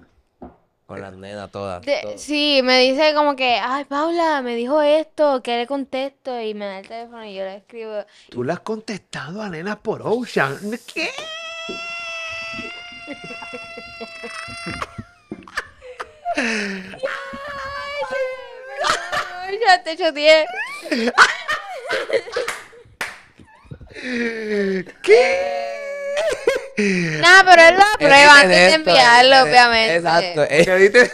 [SPEAKER 1] Con las nenas todas.
[SPEAKER 4] De-
[SPEAKER 1] todas.
[SPEAKER 4] sí, me dice como que, ay, Paula, me dijo esto, que le contesto y me da el teléfono y yo le escribo.
[SPEAKER 2] Tú le has contestado a nenas por Ocean. ¿Qué?
[SPEAKER 4] Ay, ya te choteé.
[SPEAKER 2] ¿Qué?
[SPEAKER 4] Nada, pero es la prueba
[SPEAKER 1] Editen
[SPEAKER 4] antes de
[SPEAKER 1] esto,
[SPEAKER 4] enviarlo,
[SPEAKER 1] editen-
[SPEAKER 4] obviamente.
[SPEAKER 1] Exacto.
[SPEAKER 2] ¿Qué
[SPEAKER 1] Ella,
[SPEAKER 2] diste?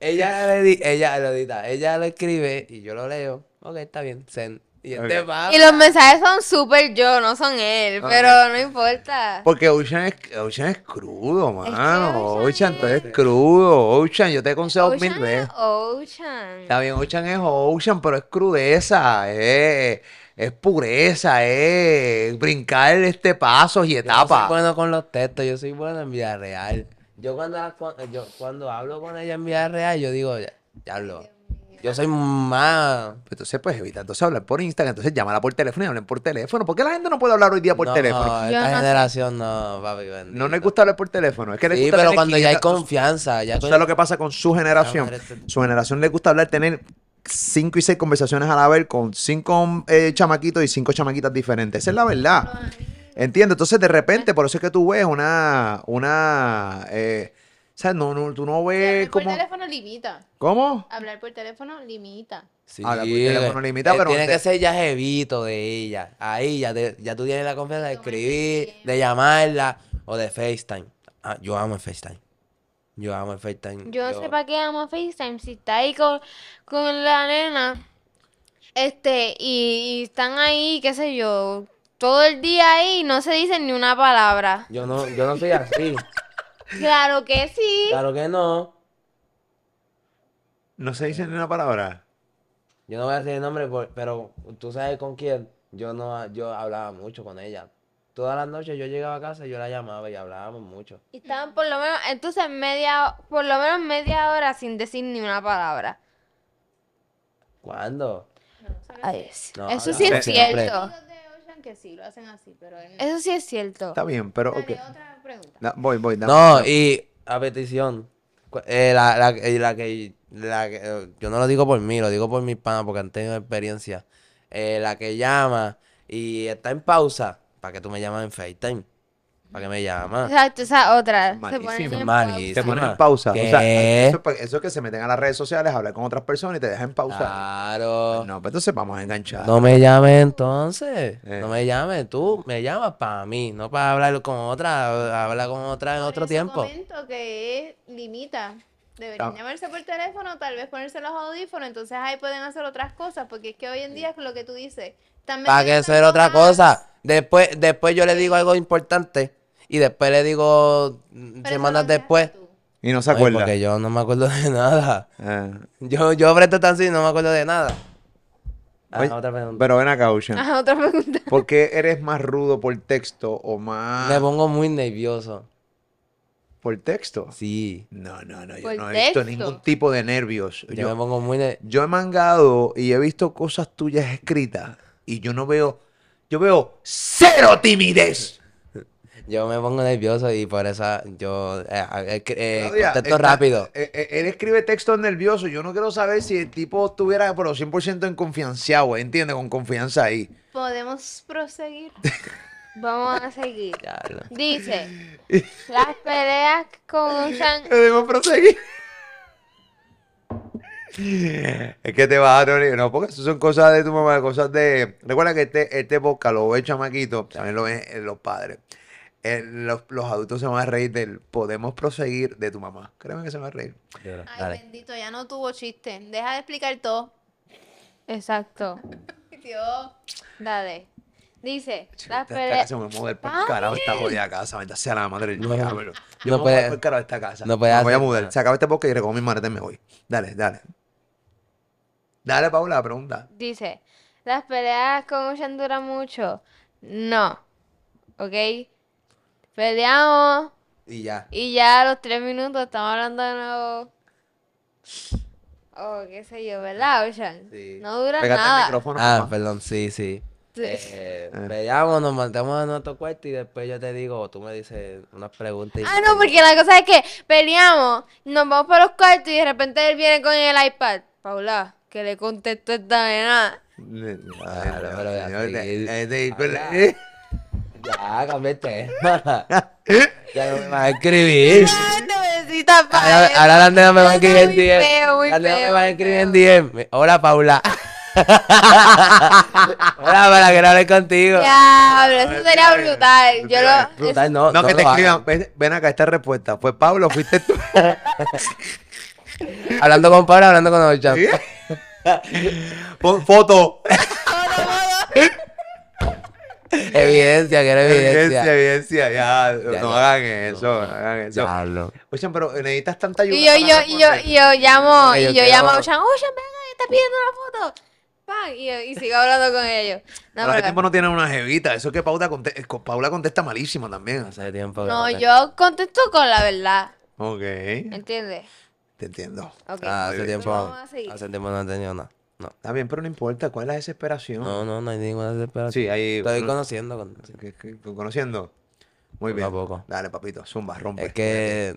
[SPEAKER 1] ella, le di- ella lo edita, ella lo escribe y yo lo leo. Ok, está bien, send. Y este
[SPEAKER 2] Ok.
[SPEAKER 1] va.
[SPEAKER 4] Y los mensajes son súper yo, no son él,
[SPEAKER 2] Ok.
[SPEAKER 4] pero no importa.
[SPEAKER 2] Porque Ocean es, Ocean es crudo, mano.
[SPEAKER 4] Ocean
[SPEAKER 2] Ocean, tú
[SPEAKER 4] es-
[SPEAKER 2] eres crudo. Ocean, yo te he aconsejado mil
[SPEAKER 4] Ocean
[SPEAKER 2] veces.
[SPEAKER 4] es Ocean.
[SPEAKER 2] Está bien, Ocean es Ocean, pero es crudeza, es, es pureza, es brincar este pasos y
[SPEAKER 1] Yo no soy
[SPEAKER 2] etapas.
[SPEAKER 1] bueno con los textos, yo soy bueno en vida real. Yo cuando, la- cu- yo cuando hablo con ella en vida real, yo digo, ya, ya hablo. Yo soy más.
[SPEAKER 2] Entonces, pues evita entonces hablar por Instagram, entonces llámala por teléfono y hablen por teléfono. ¿Por qué la gente no puede hablar hoy día por
[SPEAKER 1] no,
[SPEAKER 2] teléfono?
[SPEAKER 1] esta
[SPEAKER 4] no sé.
[SPEAKER 1] generación no, papi.
[SPEAKER 2] No les
[SPEAKER 1] bendito.
[SPEAKER 2] gusta hablar por teléfono, es que les
[SPEAKER 1] Sí,
[SPEAKER 2] gusta
[SPEAKER 1] pero
[SPEAKER 2] tener
[SPEAKER 1] cuando ya hay
[SPEAKER 2] 500
[SPEAKER 1] confianza, ya
[SPEAKER 2] Eso
[SPEAKER 1] con-
[SPEAKER 2] es lo que pasa con su generación.
[SPEAKER 1] Ya, madre, te-
[SPEAKER 2] Su generación le gusta hablar, tener cinco y seis conversaciones a la vez con cinco eh, chamaquitos y cinco chamaquitas diferentes. Esa es la verdad. Entiendo. Entonces, de repente, por eso es que tú ves una, una, eh, ¿sabes? No, no, tú no ves
[SPEAKER 1] Eh,
[SPEAKER 5] Hablar por
[SPEAKER 2] como,
[SPEAKER 5] teléfono limita.
[SPEAKER 2] ¿cómo?
[SPEAKER 5] Hablar por teléfono limita.
[SPEAKER 1] Sí,
[SPEAKER 2] Ahora, por teléfono
[SPEAKER 1] eh,
[SPEAKER 2] limitado,
[SPEAKER 1] eh,
[SPEAKER 2] pero
[SPEAKER 1] tiene
[SPEAKER 2] te-
[SPEAKER 1] que ser ya jevito de ella. Ahí ya, te- ya tú tienes la confianza de
[SPEAKER 5] Tomarte el
[SPEAKER 1] escribir,
[SPEAKER 5] tiempo.
[SPEAKER 1] de llamarla o de FaceTime. Ah, yo amo el FaceTime. Yo amo el FaceTime.
[SPEAKER 4] Yo no sé para qué amo FaceTime. Si está ahí con, con la nena, este, y, y están ahí, qué sé yo, todo el día ahí, no se dicen ni una palabra.
[SPEAKER 1] yo no, yo no soy así.
[SPEAKER 4] Claro que sí.
[SPEAKER 1] claro que no.
[SPEAKER 2] No se dice ni una palabra.
[SPEAKER 1] Yo no voy a decir el nombre, por- pero tú sabes con quién. Yo no, yo hablaba mucho con ella. Todas las noches yo llegaba a casa y yo la llamaba y hablábamos mucho.
[SPEAKER 4] Y Estaban por lo menos, entonces media, por lo menos media hora sin decir ni una palabra.
[SPEAKER 1] ¿Cuándo?
[SPEAKER 4] Ay, sí.
[SPEAKER 1] No,
[SPEAKER 4] Eso
[SPEAKER 1] hablábamos
[SPEAKER 4] sí es
[SPEAKER 1] siempre.
[SPEAKER 4] cierto.
[SPEAKER 5] Los de Ocean que sí, lo hacen así, pero él no.
[SPEAKER 4] Eso sí es cierto.
[SPEAKER 2] Está bien, pero ok.
[SPEAKER 5] Dale, otra pregunta.
[SPEAKER 2] Da- voy, voy. da-
[SPEAKER 1] No, y a petición, cu- eh, la, la, eh, la que, la que, eh, yo no lo digo por mí, lo digo por mis panas porque han tenido experiencia. Eh, la que llama y está en pausa, para que tú me llamas en FaceTime, para que me llamas.
[SPEAKER 4] Exacto, esa otra. Se
[SPEAKER 2] Malísimo.
[SPEAKER 4] ponen en pausa.
[SPEAKER 2] Te
[SPEAKER 1] Malísima.
[SPEAKER 2] ponen en pausa. O sea,
[SPEAKER 1] ¿Qué?
[SPEAKER 2] eso, es pa- eso es que se meten a las redes sociales, hablar con otras personas y te dejan pausar.
[SPEAKER 1] Claro.
[SPEAKER 2] No, pues entonces vamos a enganchar.
[SPEAKER 1] No me llames entonces.
[SPEAKER 2] Eh.
[SPEAKER 1] No me llames. Tú me llamas para mí, no para hablar con otra. Habla con otra en
[SPEAKER 5] Por
[SPEAKER 1] otro
[SPEAKER 5] eso
[SPEAKER 1] tiempo.
[SPEAKER 5] comento que es limita. Deberían
[SPEAKER 2] Ah.
[SPEAKER 5] llamarse por teléfono, tal vez ponerse los audífonos, entonces ahí pueden hacer otras cosas, porque es que hoy en día es lo que tú dices. están
[SPEAKER 1] ¿Para qué
[SPEAKER 5] metidos
[SPEAKER 1] hacer otra
[SPEAKER 5] tanto más,
[SPEAKER 1] cosa? Después, después yo le digo algo importante y después le digo mm,
[SPEAKER 5] pero eso
[SPEAKER 1] semanas
[SPEAKER 5] lo haces
[SPEAKER 1] después.
[SPEAKER 5] tú.
[SPEAKER 2] Y no se
[SPEAKER 1] Ay,
[SPEAKER 2] acuerda.
[SPEAKER 1] porque yo no me acuerdo de nada.
[SPEAKER 2] Ah.
[SPEAKER 1] Yo, yo presto tan sí, no me acuerdo de nada. Ah,
[SPEAKER 2] Oye,
[SPEAKER 1] otra pregunta.
[SPEAKER 2] Pero ven acá, Ocean.
[SPEAKER 4] Ajá, otra pregunta.
[SPEAKER 2] ¿Por qué eres más rudo por texto o más
[SPEAKER 1] Me pongo muy nervioso.
[SPEAKER 2] por texto?
[SPEAKER 1] Sí.
[SPEAKER 2] No, no, no, yo
[SPEAKER 4] Por
[SPEAKER 2] no he visto
[SPEAKER 4] texto.
[SPEAKER 2] ningún tipo de nervios.
[SPEAKER 1] Yo, me
[SPEAKER 2] Yo,
[SPEAKER 1] pongo muy nervioso.
[SPEAKER 2] yo he mangado y he visto cosas tuyas escritas y yo no veo, yo veo cero timidez.
[SPEAKER 1] Yo me pongo nervioso y por eso yo eh, eh, eh,
[SPEAKER 2] Claudia,
[SPEAKER 1] contesto
[SPEAKER 2] está-
[SPEAKER 1] rápido.
[SPEAKER 2] eh, eh, Él escribe textos nerviosos. Yo no quiero saber si el tipo estuviera, pero 100% en confianza, güey. Entiende, con confianza ahí.
[SPEAKER 5] Podemos proseguir.
[SPEAKER 4] Vamos a seguir.
[SPEAKER 1] Ya, no.
[SPEAKER 4] Dice, las peleas con Ocean
[SPEAKER 2] Debemos proseguir. Es que te vas a reunir. No, porque eso son cosas de tu mamá, cosas de. Recuerda que este, este podcast lo ve el chamaquito, también lo ven eh, los padres. Eh, los, los adultos se van a reír del podemos proseguir de tu mamá. Créeme que se van a reír.
[SPEAKER 1] Yo no,
[SPEAKER 5] Ay,
[SPEAKER 1] dale.
[SPEAKER 5] bendito, ya no tuvo chiste. Deja de explicar todo.
[SPEAKER 4] Exacto.
[SPEAKER 5] Ay, Dios.
[SPEAKER 4] Dale. Dice,
[SPEAKER 2] Esta,
[SPEAKER 4] las
[SPEAKER 2] esta
[SPEAKER 4] peleas.
[SPEAKER 2] casa me voy a mudar por carajo esta jodida casa. Vente sea la madre del
[SPEAKER 1] No,
[SPEAKER 2] diablo. Yo
[SPEAKER 1] no
[SPEAKER 2] me voy a mudar
[SPEAKER 1] puede-
[SPEAKER 2] por carajo esta casa.
[SPEAKER 1] no puede
[SPEAKER 2] me voy a
[SPEAKER 1] hacer
[SPEAKER 2] mudar.
[SPEAKER 1] nada.
[SPEAKER 2] Se acaba este podcast y recojo mis maletas y me voy. Dale, dale. Dale, Paula, la pregunta.
[SPEAKER 4] Dice, Las peleas con Ocean duran mucho. No. ¿Ok? Peleamos
[SPEAKER 1] Y ya.
[SPEAKER 4] y ya a los tres minutos estamos hablando de nuevo. O qué sé yo, ¿verdad, Ocean?
[SPEAKER 1] Sí.
[SPEAKER 4] No dura
[SPEAKER 2] Pégate el
[SPEAKER 4] nada.
[SPEAKER 2] micrófono.
[SPEAKER 1] Ah,
[SPEAKER 2] mamá.
[SPEAKER 1] perdón, sí, sí.
[SPEAKER 4] Sí.
[SPEAKER 1] Eh,
[SPEAKER 2] Ah.
[SPEAKER 1] peleamos, nos matamos en nuestro cuarto y después yo te digo, o tú me dices unas preguntas. y
[SPEAKER 4] Ah, no, porque la cosa es que peleamos, nos vamos para los cuartos y de repente él viene con el iPad. Paula, que le contestó esta nena.
[SPEAKER 1] Claro, pero voy a
[SPEAKER 2] Señor,
[SPEAKER 1] seguir.
[SPEAKER 2] eh, eh,
[SPEAKER 1] Habla.
[SPEAKER 2] eh,
[SPEAKER 4] pues.
[SPEAKER 1] Ya, cambié el tema. Ya no me vas a escribir.
[SPEAKER 4] Ay, te necesitas
[SPEAKER 1] Ahora,
[SPEAKER 4] para eso.
[SPEAKER 1] ahora las nenas me van a
[SPEAKER 4] Eso es
[SPEAKER 1] escribir en 10.
[SPEAKER 4] muy feo, muy
[SPEAKER 1] Las nenas me
[SPEAKER 4] feo,
[SPEAKER 1] van a
[SPEAKER 4] muy
[SPEAKER 1] escribir en 10. Hola, Paula. Hola, para quiero hablar contigo.
[SPEAKER 4] Diablo, eso sería brutal. Yo lo.
[SPEAKER 1] Brutal, no,
[SPEAKER 2] No, que
[SPEAKER 1] lo
[SPEAKER 2] te
[SPEAKER 1] hagan.
[SPEAKER 2] escriban. Ven, ven acá esta respuesta. ¿Fue Pablo o fuiste tú?
[SPEAKER 1] Hablando con Paula, hablando con Ochan.
[SPEAKER 2] ¿Sí? Pon foto.
[SPEAKER 1] Evidencia, quiero
[SPEAKER 2] Evidencia,
[SPEAKER 1] evidencia.
[SPEAKER 2] evidencia. Ya,
[SPEAKER 1] Ya,
[SPEAKER 2] no
[SPEAKER 1] no.
[SPEAKER 2] hagan eso, no hagan eso.
[SPEAKER 1] Diablo.
[SPEAKER 2] Oye, pero necesitas tanta ayuda.
[SPEAKER 4] Y yo,
[SPEAKER 2] para
[SPEAKER 4] y yo, y yo,
[SPEAKER 2] responder.
[SPEAKER 4] y yo llamo,
[SPEAKER 1] Ellos
[SPEAKER 4] y yo
[SPEAKER 1] que
[SPEAKER 4] llamo a
[SPEAKER 1] no-
[SPEAKER 4] Ocean, Ocean, ven acá, está pidiendo una foto. Pan, y, yo- y sigo hablando con ellos. No,
[SPEAKER 2] Ahora,
[SPEAKER 4] pero-
[SPEAKER 2] el tiempo no tiene una jevita. Eso es que Paula, conte- eh, co- Paula contesta malísimo también.
[SPEAKER 1] Hace tiempo que
[SPEAKER 4] no,
[SPEAKER 1] te-
[SPEAKER 4] yo contesto con la verdad,
[SPEAKER 2] Ok. Te
[SPEAKER 4] ¿entiendes?
[SPEAKER 2] entiendo.
[SPEAKER 4] Ok.
[SPEAKER 1] Ah, hace
[SPEAKER 2] Muy bien.
[SPEAKER 1] tiempo.
[SPEAKER 4] Vamos a seguir.
[SPEAKER 1] Hace tiempo no he tenido nada. No.
[SPEAKER 2] Está bien, pero no importa. ¿Cuál es la desesperación?
[SPEAKER 1] No, no, no hay ninguna desesperación.
[SPEAKER 2] Sí, ahí.
[SPEAKER 1] Estoy
[SPEAKER 2] uno-
[SPEAKER 1] conociendo. con-
[SPEAKER 2] que- que- Conociendo. Muy
[SPEAKER 1] Poco
[SPEAKER 2] bien.
[SPEAKER 1] a poco.
[SPEAKER 2] Dale, papito. Zumba, rompe.
[SPEAKER 1] Es que.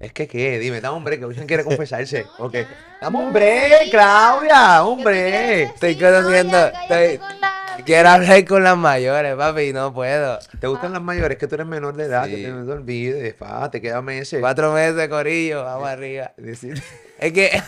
[SPEAKER 2] Es que qué, dime, da hombre, que Wilson quiere confesarse. ok. Dame hombre, Claudia, hombre.
[SPEAKER 1] Estoy conociendo. estoy- Quiero hablar con las mayores, papi, y no puedo.
[SPEAKER 2] ¿Te gustan las mayores? Que tú eres menor de edad, que
[SPEAKER 1] Sí.
[SPEAKER 2] te, no te olvides, pa, te queda meses.
[SPEAKER 1] Cuatro meses, corillo, vamos arriba.
[SPEAKER 2] Decir-
[SPEAKER 1] Es que.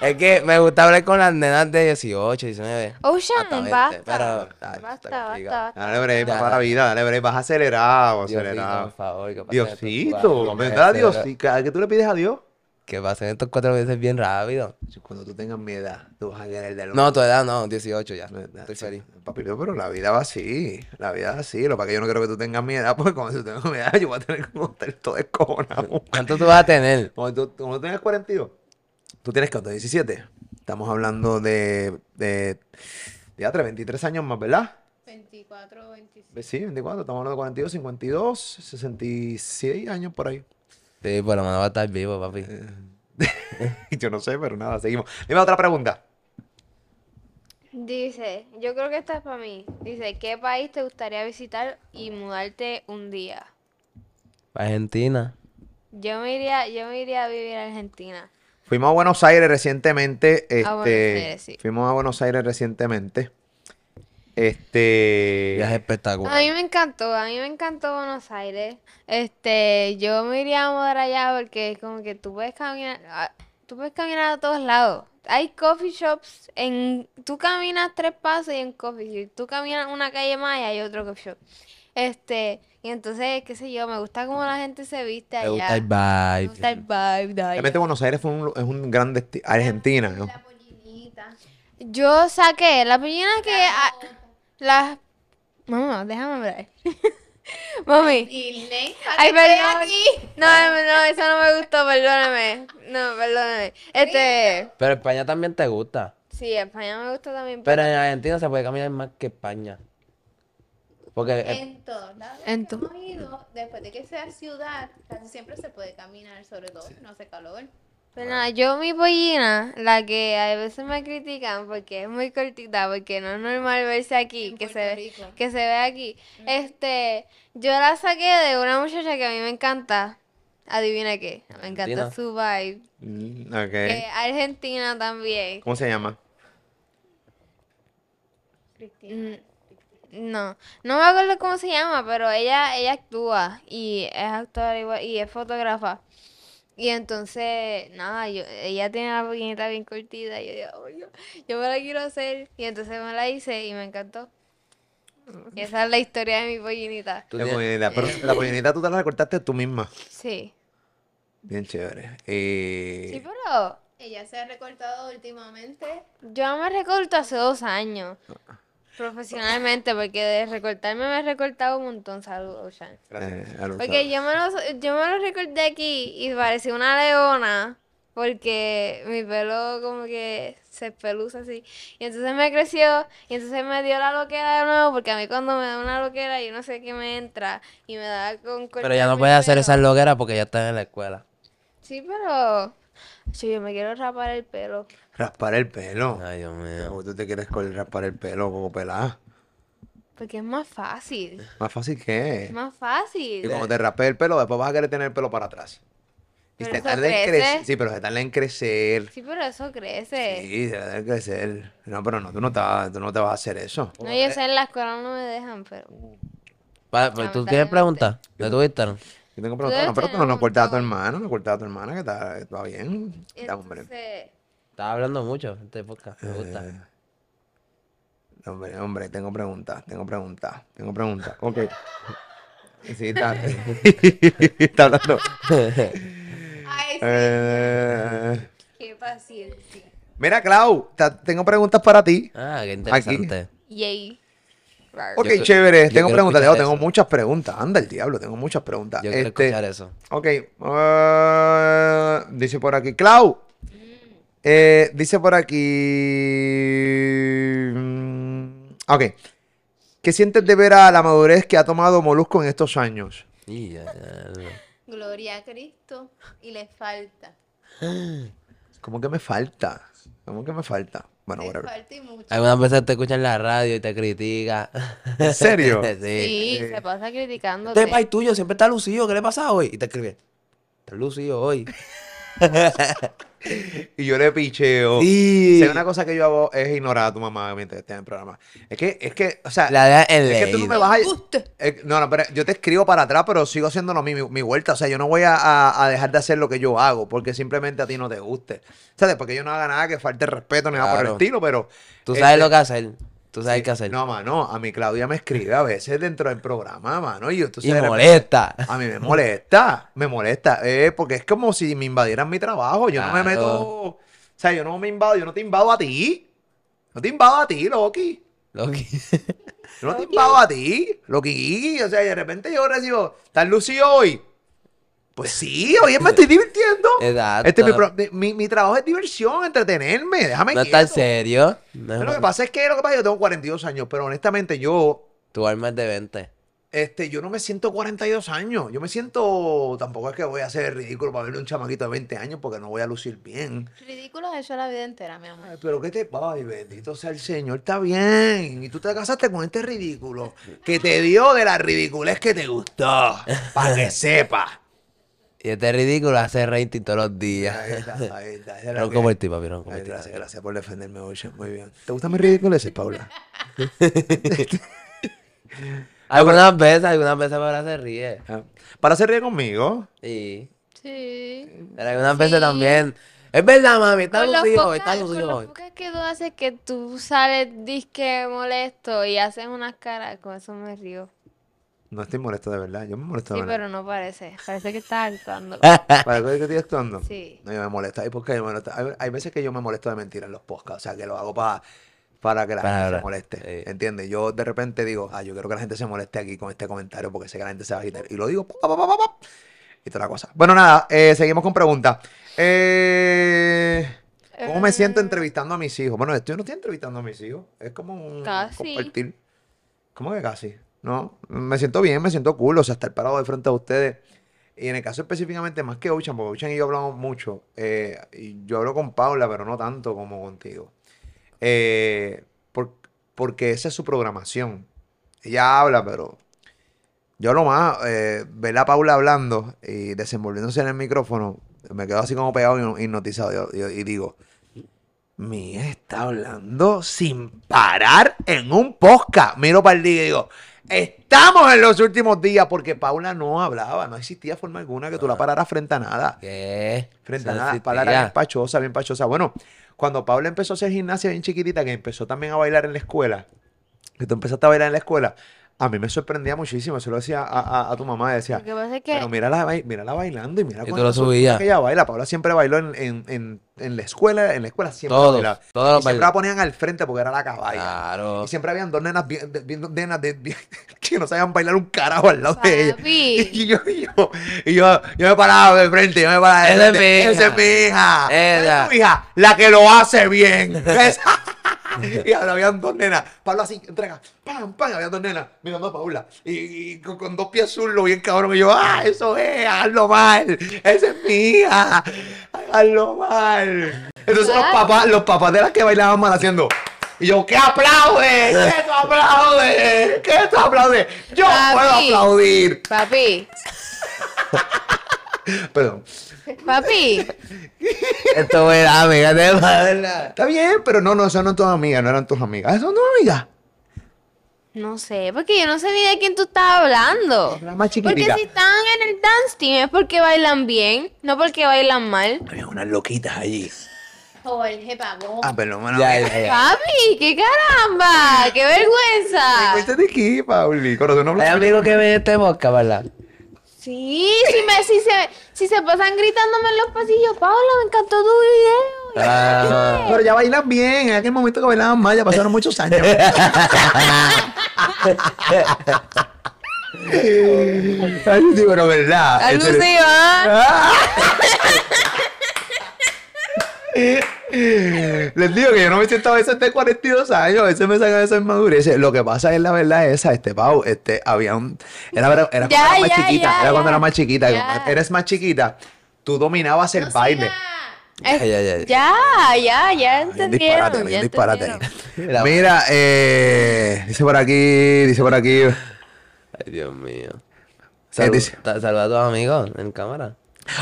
[SPEAKER 1] es que me gusta hablar con las nenas de 18, 19.
[SPEAKER 4] Ocean,
[SPEAKER 1] hasta 20,
[SPEAKER 4] basta.
[SPEAKER 1] Pero. ay,
[SPEAKER 4] Basta,
[SPEAKER 1] está
[SPEAKER 4] basta,
[SPEAKER 1] complicado.
[SPEAKER 4] basta.
[SPEAKER 2] Ah, Dale, breve,
[SPEAKER 1] Ya.
[SPEAKER 2] papá, la vida, dale, breve, vas acelerado,
[SPEAKER 1] Diosito, por
[SPEAKER 2] acelerado.
[SPEAKER 1] favor, que pasen estos cuatro
[SPEAKER 2] Diosito,
[SPEAKER 1] meses,
[SPEAKER 2] ¿verdad,
[SPEAKER 1] pero-
[SPEAKER 2] Diosito? ¿A qué tú le pides a Dios?
[SPEAKER 1] Que pasen estos cuatro meses bien rápido.
[SPEAKER 2] Cuando tú tengas mi edad, tú vas a querer de los
[SPEAKER 1] No, tu edad no, 18 ya.
[SPEAKER 2] No, no,
[SPEAKER 1] Estoy
[SPEAKER 2] sí,
[SPEAKER 1] feliz.
[SPEAKER 2] Papito, pero la vida va así. La vida va así. Lo para que yo no quiero que tú tengas mi edad, porque cuando yo tengo mi edad, yo voy a tener que estar todo descojonado.
[SPEAKER 1] ¿Cuánto tú vas a tener?
[SPEAKER 2] Cuando tú, cuando tú tengas 42, tú tienes cuánto, 17. Estamos hablando de. de. de atre, 23 años más, ¿verdad?
[SPEAKER 5] 24, 25.
[SPEAKER 2] Sí, 24. Estamos hablando de 42, 52, 66 años por ahí.
[SPEAKER 1] Sí, por lo menos va a estar vivo, papi.
[SPEAKER 2] Eh. Yo no sé, pero nada, seguimos. Dime otra pregunta.
[SPEAKER 4] Dice, yo creo que esta es para mí. Dice, ¿qué país te gustaría visitar y mudarte un día?
[SPEAKER 1] Argentina.
[SPEAKER 4] Yo me iría, yo me iría a vivir a Argentina.
[SPEAKER 2] Fuimos a Buenos Aires recientemente. Este,
[SPEAKER 4] A Buenos Aires, sí.
[SPEAKER 2] Fuimos a Buenos Aires recientemente. Este.
[SPEAKER 1] Viaje
[SPEAKER 4] A mí
[SPEAKER 1] espectacular.
[SPEAKER 4] me encantó, a mí me encantó Buenos Aires. Este, yo me iría a mudar allá porque es como que tú puedes caminar, ah, tú puedes caminar a todos lados. Hay coffee shops en, tú caminas tres pasos y en coffee shop. Tú caminas una calle más y hay otro coffee shop. Este, y entonces, qué sé yo, me gusta cómo la gente se viste
[SPEAKER 1] Me gusta
[SPEAKER 4] allá.
[SPEAKER 1] el
[SPEAKER 4] Me gusta el
[SPEAKER 1] vibe.
[SPEAKER 4] vibe de allá.
[SPEAKER 2] Realmente Buenos Aires fue un, lu- es un gran destino. Argentina, ¿no?
[SPEAKER 5] La pollinita.
[SPEAKER 4] Yo saqué la primera que ah, las mamá, déjame hablar. Mami.
[SPEAKER 5] Y Lenka,
[SPEAKER 4] Ay,
[SPEAKER 5] que estoy
[SPEAKER 4] perdón.
[SPEAKER 5] aquí.
[SPEAKER 4] No, em, no, eso no me gustó, perdóname. No, perdóname. Este,
[SPEAKER 1] Pero España también te gusta.
[SPEAKER 4] sí, España me gusta también.
[SPEAKER 1] Pero en Argentina se puede caminar más que España. Porque eh,
[SPEAKER 5] En todos lados
[SPEAKER 4] En
[SPEAKER 5] que
[SPEAKER 4] to-
[SPEAKER 5] hemos ido, después de que sea ciudad, casi siempre se puede caminar, sobre todo si no hace calor.
[SPEAKER 4] Pero Pues nada, yo mi pollina, la que a veces me critican porque es muy cortita, porque no es normal verse aquí,
[SPEAKER 5] En
[SPEAKER 4] que
[SPEAKER 5] Puerto
[SPEAKER 4] se ve,
[SPEAKER 5] Rico.
[SPEAKER 4] que se ve aquí. Este, yo la saqué de una muchacha que a mí me encanta. Adivina qué, me encanta
[SPEAKER 1] Argentina.
[SPEAKER 4] su vibe.
[SPEAKER 2] Mm,
[SPEAKER 4] Eh,
[SPEAKER 2] ok.
[SPEAKER 4] Argentina también.
[SPEAKER 2] ¿Cómo se llama?
[SPEAKER 4] Mm, No, no me acuerdo cómo se llama, pero ella, ella actúa y es actora igual, y es fotógrafa. Y entonces, nada, yo, ella tiene la boquinita bien cortita y yo digo, "Ay, yo, yo me la quiero hacer. Y entonces me la hice y me encantó. Y esa es la historia de mi boquinita.
[SPEAKER 1] tú
[SPEAKER 2] La
[SPEAKER 1] tienes-
[SPEAKER 2] pollinita. Pero la pollinita tú te la recortaste tú misma.
[SPEAKER 4] Sí.
[SPEAKER 2] Bien chévere.
[SPEAKER 4] Sí,
[SPEAKER 2] Eh,
[SPEAKER 4] pero
[SPEAKER 5] Ella se ha recortado últimamente.
[SPEAKER 4] yo me recorto hace dos años, profesionalmente, porque de recortarme me he recortado un montón, saludos, Ocean.
[SPEAKER 2] eh, a los-
[SPEAKER 4] Porque yo me lo, yo me lo recorté aquí y parecía una leona. porque mi pelo como que se espeluza así. Y entonces me creció y entonces me dio la loquera de nuevo porque a mí cuando me da una loquera yo no sé qué me entra y me da con
[SPEAKER 1] Pero ya no
[SPEAKER 4] cortarme
[SPEAKER 1] puedes
[SPEAKER 4] el
[SPEAKER 1] hacer
[SPEAKER 4] pelo.
[SPEAKER 1] esas logueras porque ya estás en la escuela.
[SPEAKER 4] Sí, pero Acho, yo me quiero rapar el pelo.
[SPEAKER 2] Raspar el pelo.
[SPEAKER 1] Ay, Dios mío.
[SPEAKER 2] ¿Cómo tú te quieres col- raspar el pelo como pelada?
[SPEAKER 4] Porque es más fácil.
[SPEAKER 2] Más fácil
[SPEAKER 4] Es
[SPEAKER 2] que.
[SPEAKER 4] más
[SPEAKER 2] Y
[SPEAKER 4] fácil.
[SPEAKER 2] cuando te raspes el pelo, después vas a querer tener el pelo para atrás. Y
[SPEAKER 4] Pero
[SPEAKER 2] se
[SPEAKER 4] eso
[SPEAKER 2] tarda en crecer.
[SPEAKER 4] crece.
[SPEAKER 2] Sí, pero se tarda en crecer.
[SPEAKER 4] Sí, pero eso crece.
[SPEAKER 2] Sí, se tarda en crecer. No, pero no, tú no te, vas- tú no te vas a hacer eso.
[SPEAKER 4] No, yo sé, en la escuela no me dejan, pero...
[SPEAKER 1] Pa- pero ¿Tú tienes
[SPEAKER 4] Lamentablemente.
[SPEAKER 1] preguntas de tu Instagram?
[SPEAKER 2] Yo tengo
[SPEAKER 4] debes
[SPEAKER 2] preguntado, no, pero tú
[SPEAKER 4] tener
[SPEAKER 2] no,
[SPEAKER 4] un
[SPEAKER 2] no cortas a tu
[SPEAKER 4] montón.
[SPEAKER 2] hermana, no cortas a tu hermana, que está, está bien. Está, hombre.
[SPEAKER 4] Entonces,
[SPEAKER 1] Estás hablando mucho este podcast. Me gusta.
[SPEAKER 2] Eh, Hombre, hombre, tengo preguntas, tengo preguntas, tengo preguntas. Ok. Sí, está, está hablando.
[SPEAKER 5] Ay,
[SPEAKER 2] Eh,
[SPEAKER 4] qué paciencia.
[SPEAKER 2] mira, Clau, ta- tengo preguntas para ti.
[SPEAKER 1] Ah, qué interesante.
[SPEAKER 4] Yay. Rar.
[SPEAKER 2] Ok,
[SPEAKER 1] quiero-
[SPEAKER 2] chévere,
[SPEAKER 1] yo
[SPEAKER 2] tengo
[SPEAKER 1] quiero
[SPEAKER 2] preguntas.
[SPEAKER 1] escuchar
[SPEAKER 2] Leo, tengo
[SPEAKER 1] eso.
[SPEAKER 2] muchas preguntas. Anda el diablo, tengo muchas preguntas.
[SPEAKER 1] Yo quiero
[SPEAKER 2] Este,
[SPEAKER 1] escuchar eso.
[SPEAKER 2] Ok, eh, dice por aquí, Clau. eh, dice por aquí. mm, Ok. ¿Qué sientes de ver a la madurez que ha tomado Molusco en estos años?
[SPEAKER 1] Y ya, ya, ya.
[SPEAKER 5] Gloria a Cristo y le falta.
[SPEAKER 2] ¿Cómo que me falta? ¿Cómo que me falta? Bueno,
[SPEAKER 5] Le
[SPEAKER 2] whatever.
[SPEAKER 5] falta y mucho.
[SPEAKER 1] Algunas veces te escuchan en la radio y te critican.
[SPEAKER 2] ¿En serio?
[SPEAKER 1] sí.
[SPEAKER 4] Sí, se pasa criticándote.
[SPEAKER 1] Este país tuyo siempre está lucido. ¿Qué le pasa hoy? Y te escribe. Está lucido hoy.
[SPEAKER 2] Y yo le
[SPEAKER 1] Oh.
[SPEAKER 2] picheo.
[SPEAKER 1] Sí.
[SPEAKER 2] Si hay una cosa que yo hago es ignorar a tu mamá mientras esté en el programa. Es que, es que, o sea,
[SPEAKER 1] La dejas en
[SPEAKER 2] Ah, Es que tú no me
[SPEAKER 1] leído.
[SPEAKER 2] vas a... Eh, No, no, pero yo te escribo para atrás, pero sigo haciendo lo mi, mi, mi vuelta. O sea, yo no voy a, a- a dejar de hacer lo que yo hago porque simplemente a ti no te guste. O sea, porque yo no haga nada que falte respeto ni nada por el
[SPEAKER 1] Claro.
[SPEAKER 2] estilo, pero...
[SPEAKER 1] Tú sabes
[SPEAKER 2] este,
[SPEAKER 1] lo que hacer. Tú sabes qué hacer.
[SPEAKER 2] No, mano, a mi Claudia me escribe a veces dentro del programa, mano, y yo... tú
[SPEAKER 1] y
[SPEAKER 2] sabes, de repente-
[SPEAKER 1] molesta.
[SPEAKER 2] A mí me molesta, me molesta, eh, porque es como si me invadieran mi trabajo. Yo no me
[SPEAKER 1] Claro.
[SPEAKER 2] meto... O sea, yo no me invado, yo no te invado a ti. No te invado a ti, Loki.
[SPEAKER 1] Lo que-
[SPEAKER 2] Yo no te invado a ti, lo que O sea, y de repente yo recibo, ¿estás lucido hoy? Pues sí, hoy me estoy divirtiendo.
[SPEAKER 1] Exacto.
[SPEAKER 2] Este, mi, pro- mi- mi- mi trabajo es diversión, entretenerme, déjame
[SPEAKER 1] No
[SPEAKER 2] quieto.
[SPEAKER 1] está en serio. No es
[SPEAKER 2] Pero Lo que
[SPEAKER 1] mal.
[SPEAKER 2] pasa es que, lo que pasa es que yo tengo 42 años, pero honestamente yo,
[SPEAKER 1] Tu alma es de 20.
[SPEAKER 2] este, yo no me siento 42 años. Yo me siento, tampoco es que voy a ser ridículo para verle a un chamaquito de 20 años porque no voy a lucir bien.
[SPEAKER 5] Ridículo has hecho la vida entera, mi amor.
[SPEAKER 2] Ay, pero qué te ay, bendito sea el Señor, está bien. Y tú te casaste con este ridículo que te dio de la ridiculez que te gustó, para que sepa.
[SPEAKER 1] Y este ridículo hace rating todos los días.
[SPEAKER 2] Ahí está, ahí está, esa es la
[SPEAKER 1] Ronco
[SPEAKER 2] que-
[SPEAKER 1] por ti, papi, ronco por
[SPEAKER 2] Ay,
[SPEAKER 1] ti.
[SPEAKER 2] gracias, gracias por defenderme, Ocean. Muy bien. ¿Te gustan mis ridiculeces, Paula?
[SPEAKER 1] Algunas veces, algunas veces Paula se ríe.
[SPEAKER 2] Ah, Para hacer río conmigo.
[SPEAKER 1] Sí.
[SPEAKER 4] Sí.
[SPEAKER 1] Pero algunas veces también. Es verdad, mami, está
[SPEAKER 4] Con los
[SPEAKER 1] lucido hoy, está
[SPEAKER 4] pocas- con
[SPEAKER 1] lucido
[SPEAKER 4] los
[SPEAKER 1] hoy.
[SPEAKER 4] pocas que tú haces que tú sales disque molesto y haces unas caras, con eso me río.
[SPEAKER 2] No estoy molesto de verdad, yo me molesto de
[SPEAKER 4] Sí,
[SPEAKER 2] verdad.
[SPEAKER 4] pero no parece. Parece que estás actuando.
[SPEAKER 1] Ah.
[SPEAKER 2] ¿Para qué que estoy actuando?
[SPEAKER 4] Sí.
[SPEAKER 2] No, yo me molesto. Ay, ¿por qué me molesto? Hay, hay veces que yo me molesto de mentir en los podcasts, o sea, que lo hago para para que la
[SPEAKER 1] Para
[SPEAKER 2] gente se
[SPEAKER 1] hablar,
[SPEAKER 2] moleste.
[SPEAKER 1] sí.
[SPEAKER 2] ¿Entiendes? Yo de repente digo, ah, yo quiero que la gente se moleste aquí con este comentario porque sé que la gente se va a agitar. Y lo digo, pa, pa, pa, pa, pa, y toda la cosa. Bueno, nada, eh, seguimos con preguntas. Eh, ¿Cómo me siento entrevistando a mis hijos? Bueno, yo no estoy entrevistando a mis hijos. Es como un
[SPEAKER 4] Casi.
[SPEAKER 2] compartir. ¿Cómo que casi? No, me siento bien, me siento cool, o sea, estar parado de frente a ustedes. Y en el caso específicamente, más que Ocean, porque Ocean y yo hablamos mucho, eh, y yo hablo con Paula, pero no tanto como contigo. Eh, por- porque esa es su programación. Ella habla, pero yo hablo más, eh, ver a Paula hablando y desenvolviéndose en el micrófono, me quedo así como pegado y hipnotizado. Yo- yo- y digo, Mía está hablando sin parar en un podcast. Miro para el día y digo, estamos en los últimos días porque Paula no hablaba, no existía forma alguna que tú la pararas frente a nada.
[SPEAKER 1] ¿Qué?
[SPEAKER 2] Frente a
[SPEAKER 1] Eso no
[SPEAKER 2] nada,
[SPEAKER 1] existía.
[SPEAKER 2] Paula era bien pachosa, bien pachosa. Bueno, cuando Paula empezó a hacer gimnasia bien chiquitita, que empezó también a bailar en la escuela, que tú empezaste a bailar en la escuela, A mí me sorprendía muchísimo. Se lo decía a, a- a tu mamá. Decía,
[SPEAKER 4] Lo que pasa es que
[SPEAKER 2] pero mírala, bai- mírala bailando y mira
[SPEAKER 1] Y tú
[SPEAKER 2] con
[SPEAKER 1] lo
[SPEAKER 2] la suerte
[SPEAKER 1] subías.
[SPEAKER 2] que ella baila. Paula siempre bailó en, en- en- en la escuela. En la escuela siempre
[SPEAKER 1] Todos,
[SPEAKER 2] bailaba.
[SPEAKER 1] todos los
[SPEAKER 2] Y siempre
[SPEAKER 1] bailan.
[SPEAKER 2] la ponían al frente porque era la caballa.
[SPEAKER 1] Claro.
[SPEAKER 2] Y siempre habían dos nenas, bien, de- bien- dos nenas de- bien- que no sabían bailar un carajo al lado de ella.
[SPEAKER 4] papi,
[SPEAKER 2] Y yo, y yo, y yo, yo me paraba de frente, yo me paraba de
[SPEAKER 1] Esa es
[SPEAKER 2] frente.
[SPEAKER 1] mi hija.
[SPEAKER 2] Esa es mi hija.
[SPEAKER 1] Ella.
[SPEAKER 2] Esa es tu hija, la que lo hace bien. Esa. y ahora habían dos nenas. Pablo así, entrega, pam, pam, había dos nenas mirando a Paula. Y, y con, con dos pies zurdos, bien cabrón. Y yo, ah, eso es, hazlo mal. Esa es mi hija. Hazlo mal. Entonces los papás, los papás de las que bailaban mal haciendo. Y yo, ¿qué aplaude? ¿Qué tú aplaude? ¿Qué tú aplaude? Yo puedo
[SPEAKER 4] Papi.
[SPEAKER 2] aplaudir.
[SPEAKER 4] papi,
[SPEAKER 2] Perdón.
[SPEAKER 4] papi.
[SPEAKER 1] Esto es amiga de madre.
[SPEAKER 2] Está bien, pero no, no, esas no eran tus amigas, no eran tus amigas. Esas son tus amigas.
[SPEAKER 4] No sé, porque yo no sé ni de quién tú estás hablando.
[SPEAKER 2] Las más
[SPEAKER 4] Porque
[SPEAKER 2] chiquititas.
[SPEAKER 4] si están en el dance team es porque bailan bien, no porque bailan mal.
[SPEAKER 2] Había unas loquitas allí.
[SPEAKER 5] Jorge,
[SPEAKER 4] Oh.
[SPEAKER 5] pavón.
[SPEAKER 2] Ah, perdón, bueno.
[SPEAKER 1] Ya, ya, ya.
[SPEAKER 4] Papi, qué caramba, qué vergüenza.
[SPEAKER 2] Vete pues, este de aquí, Pauli. Corazón, no
[SPEAKER 1] Hay
[SPEAKER 2] hablas.
[SPEAKER 1] amigos que ven este boca, ¿verdad?
[SPEAKER 4] Sí, si, me, si, se, si se pasan gritándome en los pasillos, Paula, me encantó tu video.
[SPEAKER 1] Ah,
[SPEAKER 2] Pero ya bailan bien. En aquel momento que bailaban mal, ya pasaron muchos años. Ay, sí, pero verdad. ah, en serio. Ah,
[SPEAKER 4] Alusiva.
[SPEAKER 2] Les digo que yo no me siento a veces de 42 años, a veces me sacan esas inmadureces. Lo que pasa es la verdad esa, este Pau, este, había un, era, era cuando
[SPEAKER 4] Ya,
[SPEAKER 2] era más
[SPEAKER 4] ya,
[SPEAKER 2] chiquita,
[SPEAKER 4] ya,
[SPEAKER 2] era cuando
[SPEAKER 4] ya.
[SPEAKER 2] era más chiquita, que
[SPEAKER 4] Ya.
[SPEAKER 2] cuando eres más chiquita, tú dominabas el baile.
[SPEAKER 1] ya, ya, ya.
[SPEAKER 4] Ya, ya, ya
[SPEAKER 2] Bien
[SPEAKER 4] entendieron.
[SPEAKER 2] disparate,
[SPEAKER 4] ya
[SPEAKER 2] bien disparate.
[SPEAKER 4] entendieron.
[SPEAKER 1] entendieron.
[SPEAKER 2] Mira, eh, dice por aquí, dice por aquí.
[SPEAKER 1] Ay, Dios mío.
[SPEAKER 2] ¿Qué
[SPEAKER 1] Saluda
[SPEAKER 2] dice?
[SPEAKER 1] saluda a tus amigos en cámara.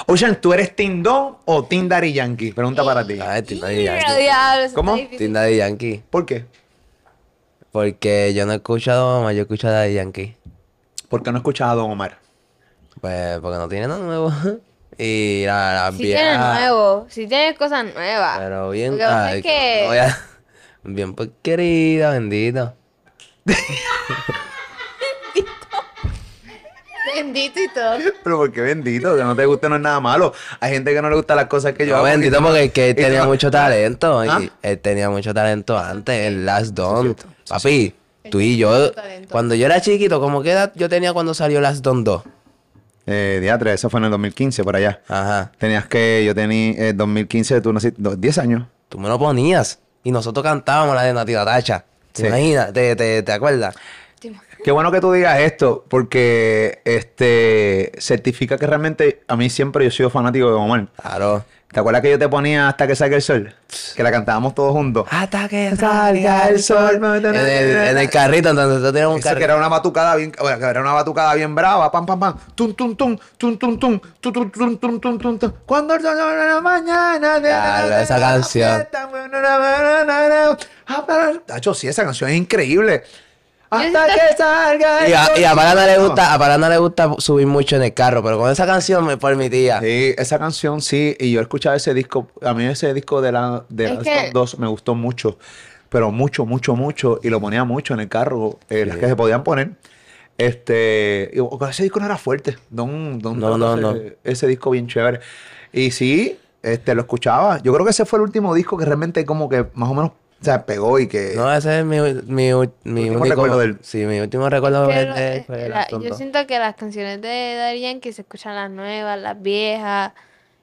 [SPEAKER 2] Ocean, ¿tú eres Team Don o Team Daddy Yankee? Pregunta para ti.
[SPEAKER 1] Ay, Team Daddy
[SPEAKER 4] Mira,
[SPEAKER 1] Yankee.
[SPEAKER 4] diablo, eso
[SPEAKER 2] ¿Cómo?
[SPEAKER 4] está difícil.
[SPEAKER 1] Team Daddy Yankee.
[SPEAKER 2] ¿Por qué?
[SPEAKER 1] Porque yo no escucho a Don Omar, yo escucho a Daddy Yankee.
[SPEAKER 2] Porque no escuchaba a Don Omar.
[SPEAKER 1] Pues porque no tiene nada nuevo. Y la, la
[SPEAKER 4] Si tienes nuevo, si tienes cosas nuevas.
[SPEAKER 1] Pero bien.
[SPEAKER 4] Lo que pasa es
[SPEAKER 1] ay,
[SPEAKER 4] que-
[SPEAKER 1] no voy a- Bien pues querida, bendito.
[SPEAKER 5] Bendito y todo.
[SPEAKER 2] Pero porque bendito, que no te guste no es nada malo. Hay gente que no le gustan las cosas que yo
[SPEAKER 1] No,
[SPEAKER 2] hago.
[SPEAKER 1] bendito porque es que él
[SPEAKER 2] y-
[SPEAKER 1] tenía mucho talento. y
[SPEAKER 2] ¿Ah?
[SPEAKER 1] él tenía mucho talento antes, el Last Don. Papi, tú y yo,
[SPEAKER 5] talento.
[SPEAKER 1] cuando yo era chiquito, ¿cómo qué edad yo tenía cuando salió Last Don 2?
[SPEAKER 2] Eh, diatre, eso fue en el 2015, por allá.
[SPEAKER 1] Ajá.
[SPEAKER 2] Tenías que, yo tenía, eh, 2015, tú naciste, do- 10 años.
[SPEAKER 1] Tú me lo ponías. Y nosotros cantábamos la de Nati Tacha. ¿Te
[SPEAKER 2] Sí.
[SPEAKER 1] imaginas? ¿Te, te, te acuerdas?
[SPEAKER 2] Qué bueno que tú digas esto, porque este certifica que realmente a mí siempre yo he sido fanático de Omar.
[SPEAKER 1] Claro.
[SPEAKER 2] ¿Te acuerdas que yo te ponía hasta que salga el sol? Que la cantábamos todos juntos.
[SPEAKER 1] Hasta que
[SPEAKER 2] salga el sol.
[SPEAKER 1] En el, en el carrito, entonces tú tenías un
[SPEAKER 2] Eso que
[SPEAKER 1] carrito.
[SPEAKER 2] era una batucada bien, bueno, que era una batucada bien brava, pam pam pam, tum tum tum, tum tum tum, tum tum tum tum tum tum tum. Cuando el sol de la mañana de
[SPEAKER 1] Claro,
[SPEAKER 2] de- de-
[SPEAKER 1] esa
[SPEAKER 2] de- de-
[SPEAKER 1] canción.
[SPEAKER 2] de- de- de- Tacho, sí, esa canción es increíble. Hasta que salga el
[SPEAKER 1] Y a,
[SPEAKER 2] sol.
[SPEAKER 1] y a Parana le gusta, a Parana le gusta subir mucho en el carro, pero con esa canción me
[SPEAKER 4] Ah.
[SPEAKER 1] permitía.
[SPEAKER 2] Sí, esa canción sí, y yo escuchaba ese disco, a mí ese disco de la de
[SPEAKER 4] Es
[SPEAKER 2] Last
[SPEAKER 4] que-
[SPEAKER 2] of Us me gustó mucho, pero mucho, mucho, mucho, y lo ponía mucho en el carro, eh, las que se podían poner. Este, y- o- ese disco no era fuerte, don, don,
[SPEAKER 1] No, no, no.
[SPEAKER 2] Ese, ese disco bien chévere. Y sí, este, lo escuchaba. Yo creo que ese fue el último disco que realmente como que más o menos se pegó y que...
[SPEAKER 1] No, ese es mi, mi, ul- mi
[SPEAKER 2] Último
[SPEAKER 1] único
[SPEAKER 2] recuerdo de él.
[SPEAKER 1] Sí, mi último recuerdo de
[SPEAKER 4] Pero,
[SPEAKER 1] él
[SPEAKER 4] eh,
[SPEAKER 1] fue el
[SPEAKER 4] la-
[SPEAKER 1] asunto.
[SPEAKER 4] yo siento que las canciones de Daddy Yankee se escuchan las nuevas, las viejas.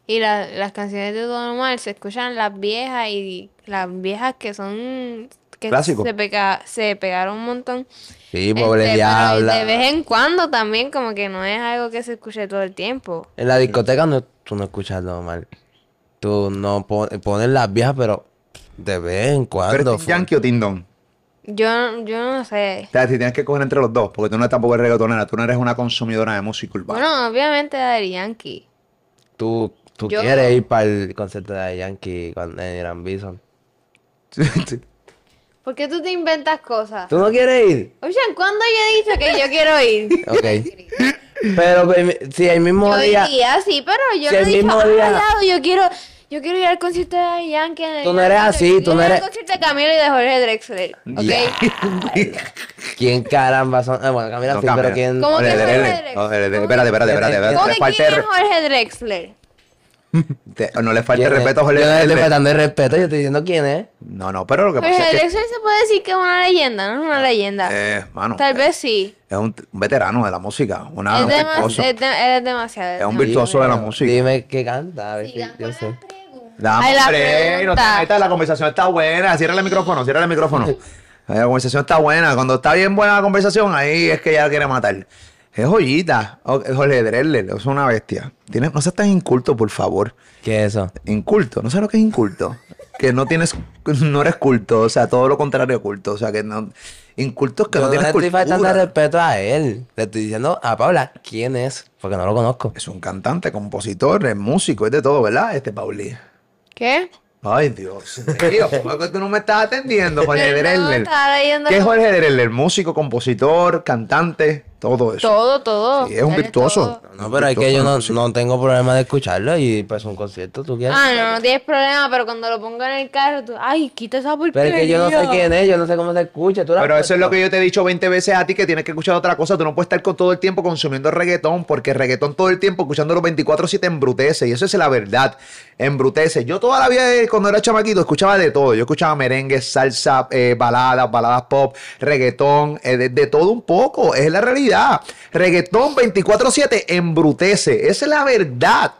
[SPEAKER 4] Y la- las canciones de Don Omar se escuchan las viejas y las viejas que son. que
[SPEAKER 2] Clásicos.
[SPEAKER 4] se, pega- se pegaron un montón.
[SPEAKER 1] Sí, pobre
[SPEAKER 4] Este, pero
[SPEAKER 1] diabla.
[SPEAKER 4] De vez en cuando también, como que no es algo que se escuche todo el tiempo.
[SPEAKER 1] En la discoteca no, tú no escuchas lo mal. Tú no pon- pones las viejas, pero de vez en
[SPEAKER 2] ¿Tú eres
[SPEAKER 1] cuando.
[SPEAKER 2] Team
[SPEAKER 1] full.
[SPEAKER 2] Yankee o Team Don?
[SPEAKER 4] Yo, yo no sé.
[SPEAKER 2] O sea, si tienes que coger entre los dos, porque tú no eres tampoco eres reggaetonera, tú no eres una consumidora de música urbana.
[SPEAKER 4] Bueno, obviamente Daddy Yankee.
[SPEAKER 1] Tú, tú
[SPEAKER 5] Yo-
[SPEAKER 1] quieres ir para el concierto de Yankee con en Gran Bison.
[SPEAKER 4] ¿Por qué tú te inventas cosas?
[SPEAKER 1] ¿Tú no quieres ir?
[SPEAKER 4] Ocean, ¿cuándo yo he dicho que yo quiero ir?
[SPEAKER 1] Ok. pero pues, si el mismo
[SPEAKER 4] Yo
[SPEAKER 1] día.
[SPEAKER 4] iría, sí, pero yo
[SPEAKER 1] Si
[SPEAKER 4] no he
[SPEAKER 1] el
[SPEAKER 4] dicho,
[SPEAKER 1] mismo
[SPEAKER 4] "Ah,
[SPEAKER 1] día-
[SPEAKER 4] Lalo, yo quiero, yo quiero ir al concierto de Daddy Yankee. en el-
[SPEAKER 1] Tú no eres así,
[SPEAKER 4] yo
[SPEAKER 1] tú no
[SPEAKER 4] quiero ir
[SPEAKER 1] eres-
[SPEAKER 4] al concierto de Camilo y de Jorge Drexler, ¿ok?
[SPEAKER 2] Ya.
[SPEAKER 1] ¿Quién caramba son? Ah, bueno, Camila
[SPEAKER 2] No,
[SPEAKER 1] Fit,
[SPEAKER 2] Camila.
[SPEAKER 1] pero ¿quién?
[SPEAKER 4] ¿Cómo
[SPEAKER 2] Oye,
[SPEAKER 4] que
[SPEAKER 2] de-
[SPEAKER 4] Jorge
[SPEAKER 2] de-
[SPEAKER 4] Drexler?
[SPEAKER 2] no, de- de-
[SPEAKER 4] ¿Cómo
[SPEAKER 2] espérate, espérate, espérate, espérate,
[SPEAKER 4] ¿Cómo
[SPEAKER 2] le
[SPEAKER 4] que
[SPEAKER 2] falta
[SPEAKER 4] quién
[SPEAKER 2] el
[SPEAKER 4] es
[SPEAKER 2] re-
[SPEAKER 4] Jorge Drexler?
[SPEAKER 2] te- no le falta el
[SPEAKER 1] ¿Quién es?
[SPEAKER 2] respeto a Jorge
[SPEAKER 1] Yo no le estoy
[SPEAKER 2] Drexler.
[SPEAKER 1] faltando el respeto, yo estoy diciendo quién es.
[SPEAKER 2] No, no, pero lo que pasa
[SPEAKER 4] Jorge
[SPEAKER 2] es que.
[SPEAKER 4] Drexler se puede decir que es una leyenda, no es una leyenda.
[SPEAKER 2] Eh, mano,
[SPEAKER 4] Tal vez sí.
[SPEAKER 2] es un, un veterano de la música. Una,
[SPEAKER 4] es, eh,
[SPEAKER 2] un
[SPEAKER 4] dema-
[SPEAKER 2] virtuoso.
[SPEAKER 4] es de- es demasiado.
[SPEAKER 2] Es un
[SPEAKER 4] demasiado.
[SPEAKER 2] virtuoso de la música.
[SPEAKER 1] Dime qué canta, a ver si
[SPEAKER 5] Sigan con
[SPEAKER 1] yo sé.
[SPEAKER 5] la pregunta.
[SPEAKER 2] Dame
[SPEAKER 4] Ay, la
[SPEAKER 2] un break, no te
[SPEAKER 4] pregunta.
[SPEAKER 2] metas, la conversación está buena. Cierra el micrófono, cierra el micrófono. Eh, La conversación está buena. Cuando está bien buena la conversación, ahí es que ya quiere matar. Es joyita. O- Jorge Drexler, es una bestia. Tienes- no seas tan inculto, por favor.
[SPEAKER 1] ¿Qué es eso?
[SPEAKER 2] Inculto, ¿no sabes lo que es inculto? Que no tienes, no eres culto, o sea, todo lo contrario a culto. O sea, que no. Inculto es que
[SPEAKER 1] Yo
[SPEAKER 2] no,
[SPEAKER 1] no le
[SPEAKER 2] tienes
[SPEAKER 1] estoy
[SPEAKER 2] cultura.
[SPEAKER 1] faltando el respeto a él. Le estoy diciendo a Paula quién es, porque no lo conozco.
[SPEAKER 2] Es un cantante, compositor, es músico, es de todo, ¿verdad? Este Pauli.
[SPEAKER 4] ¿Qué?
[SPEAKER 2] Ay, Dios mío, ¿por qué tú no me estás atendiendo, Jorge
[SPEAKER 4] Pero no,
[SPEAKER 2] Drexler?
[SPEAKER 4] estaba leyendo
[SPEAKER 2] ¿Qué es Jorge Drexler? Músico, compositor, cantante, todo eso.
[SPEAKER 4] todo, todo.
[SPEAKER 2] Sí, es un
[SPEAKER 4] Él
[SPEAKER 2] virtuoso.
[SPEAKER 4] todo.
[SPEAKER 1] No, pero es que yo no, no tengo problema de escucharlo y pues un concierto tú quieres.
[SPEAKER 4] Ah, no, no tienes problema, pero cuando lo pongo en el carro, tú, ay, quita esa porquería.
[SPEAKER 1] pero es que yo no sé quién es, yo no sé cómo se escucha. ¿tú lo has
[SPEAKER 2] Pero eso es lo
[SPEAKER 1] puesto?
[SPEAKER 2] que yo te he dicho 20 veces a ti, que tienes que escuchar otra cosa. Tú no puedes estar con todo el tiempo consumiendo reggaetón, porque reggaetón todo el tiempo, escuchándolo 24 si te embrutece. Y eso es la verdad, embrutece. Yo toda la vida, eh, cuando era chamaquito, escuchaba de todo. Yo escuchaba merengue, salsa, eh, baladas, baladas pop, reggaetón, eh, de, de todo un poco. Es la realidad. Reggaetón 24-7 embrutece. Esa es la verdad.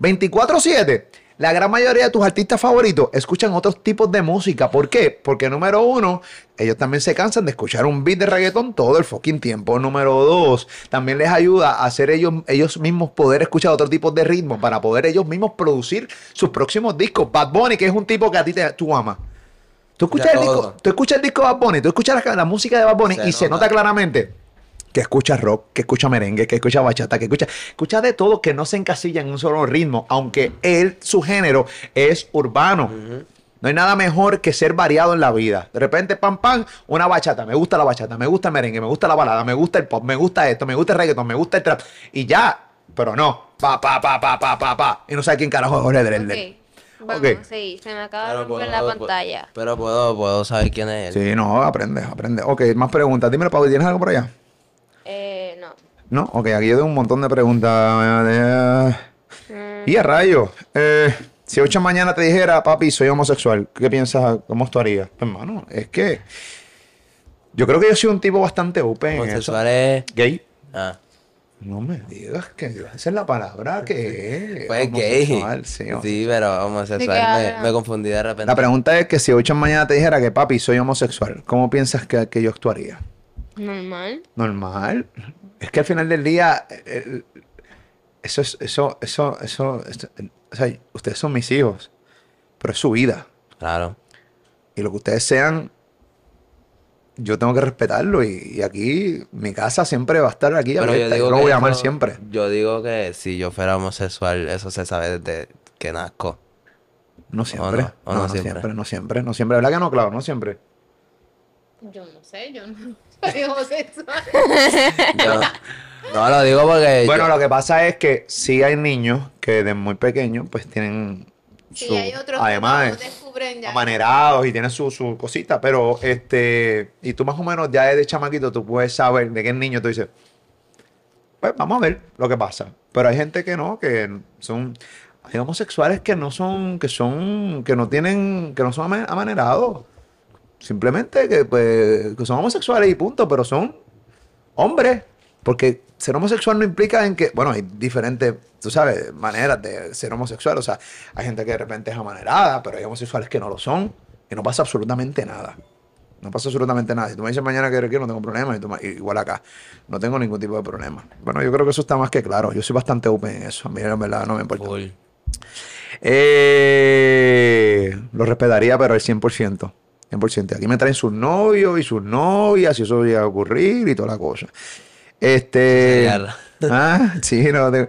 [SPEAKER 2] 24-7. La gran mayoría de tus artistas favoritos escuchan otros tipos de música. ¿Por qué? Porque número uno, ellos también se cansan de escuchar un beat de reggaetón todo el fucking tiempo. Número dos, también les ayuda a hacer ellos, ellos mismos poder escuchar otro tipo de ritmos para poder ellos mismos producir sus próximos discos. Bad Bunny, que es un tipo que a ti te, tú amas. Tú escuchas,
[SPEAKER 1] Ya
[SPEAKER 2] el disco,
[SPEAKER 1] todo.
[SPEAKER 2] tú escuchas el disco de Bad Bunny, tú escuchas la, la música de Bad Bunny
[SPEAKER 1] Se
[SPEAKER 2] y se
[SPEAKER 1] nota.
[SPEAKER 2] nota claramente que escucha rock, que escucha merengue, que escucha bachata, que escucha, escucha de todo, que no se encasilla en un solo ritmo, aunque él, su género es urbano. No hay nada mejor que ser variado en la vida. De repente, pam, pam, una bachata. Me gusta la bachata, me gusta el merengue, me gusta la balada, me gusta el pop, me gusta esto, me gusta el reggaeton, me gusta el trap. Y ya, pero no. Pa, pa, pa, pa, pa, pa, pa. Y no sabe quién carajo es Jorge Drexler.
[SPEAKER 4] Ok, vamos,
[SPEAKER 2] Ok.
[SPEAKER 4] sí, se me acaba de
[SPEAKER 1] Claro,
[SPEAKER 4] romper
[SPEAKER 1] puedo-
[SPEAKER 4] la
[SPEAKER 1] puedo-
[SPEAKER 4] pantalla.
[SPEAKER 1] Pero puedo, puedo saber quién es él.
[SPEAKER 2] Sí, no, aprende, aprende. Ok, más preguntas. Dímelo, Pablo, ¿tienes algo por allá?
[SPEAKER 4] Eh, no.
[SPEAKER 2] No, ok, aquí yo tengo un montón de preguntas. eh,
[SPEAKER 4] Mm,
[SPEAKER 2] Y a rayo, eh, si ocho mañana te dijera, papi, soy homosexual, ¿qué piensas? ¿Cómo tú harías? Pues, Hermano, es que yo creo que yo soy un tipo bastante open. en eso.
[SPEAKER 1] Homosexual es.
[SPEAKER 2] ¿Gay?
[SPEAKER 1] Ah,
[SPEAKER 2] No me digas que esa es la palabra que es.
[SPEAKER 1] pues es gay.
[SPEAKER 2] homosexual, sí, homosexual.
[SPEAKER 1] Sí, pero
[SPEAKER 4] ¿De qué
[SPEAKER 1] homosexual. Me,
[SPEAKER 4] habla?
[SPEAKER 1] me confundí de repente.
[SPEAKER 2] La pregunta es que si ocho mañana te dijera que, papi, soy homosexual, ¿cómo piensas que, que yo actuaría?
[SPEAKER 4] Normal.
[SPEAKER 2] Normal. Es que al final del día, eh, eh, eso es, eso, eso, eso, esto- o sea, ustedes son mis hijos, pero es su vida.
[SPEAKER 1] Claro.
[SPEAKER 2] Y lo que ustedes sean, yo tengo que respetarlo. Y, y aquí, mi casa siempre va a estar aquí
[SPEAKER 1] Pero yo
[SPEAKER 2] abierta. Yo
[SPEAKER 1] digo
[SPEAKER 2] lo
[SPEAKER 1] que
[SPEAKER 2] voy a amar
[SPEAKER 1] eso-
[SPEAKER 2] siempre.
[SPEAKER 1] Yo digo que si yo fuera homosexual, eso se sabe desde que nazco.
[SPEAKER 2] No siempre.
[SPEAKER 1] no, o
[SPEAKER 2] no,
[SPEAKER 1] no
[SPEAKER 2] no
[SPEAKER 1] siempre.
[SPEAKER 2] siempre, no siempre, no siempre. ¿Verdad que no, claro? No siempre.
[SPEAKER 5] Yo no sé, yo no soy homosexual.
[SPEAKER 1] Yo- no lo digo porque.
[SPEAKER 2] Bueno,
[SPEAKER 1] Eh, yo-
[SPEAKER 2] lo que pasa es que sí hay niños que de muy pequeños, pues tienen
[SPEAKER 5] Sí,
[SPEAKER 2] su-
[SPEAKER 5] hay otros
[SPEAKER 2] Además,
[SPEAKER 5] que no descubren ya.
[SPEAKER 2] amanerados y tienen su, su cosita, pero este, y tú más o menos ya desde chamaquito tú puedes saber de qué niño tú dices, pues vamos a ver lo que pasa. Pero hay gente que no, que son, hay homosexuales que no son, que son, que no tienen, que no son ama- amanerados. Simplemente que, pues, que son homosexuales y punto, pero son hombres. Porque ser homosexual no implica en que, bueno, hay diferentes, tú sabes, maneras de ser homosexual. O sea, hay gente que de repente es amanerada, pero hay homosexuales que no lo son. Y no pasa absolutamente nada. No pasa absolutamente nada. Si tú me dices mañana que eres gay, no tengo problema. y tú me- igual acá, no tengo ningún tipo de problema. Bueno, yo creo que eso está más que claro. Yo soy bastante open en eso. A mí, en verdad, no me importa.
[SPEAKER 1] Full.
[SPEAKER 2] Eh, lo respetaría, pero al 100%. 100%. Aquí me traen sus novios y sus novias, y eso llega a ocurrir y toda la cosa. Este.
[SPEAKER 1] Sería-
[SPEAKER 2] Ah, sí, no. de-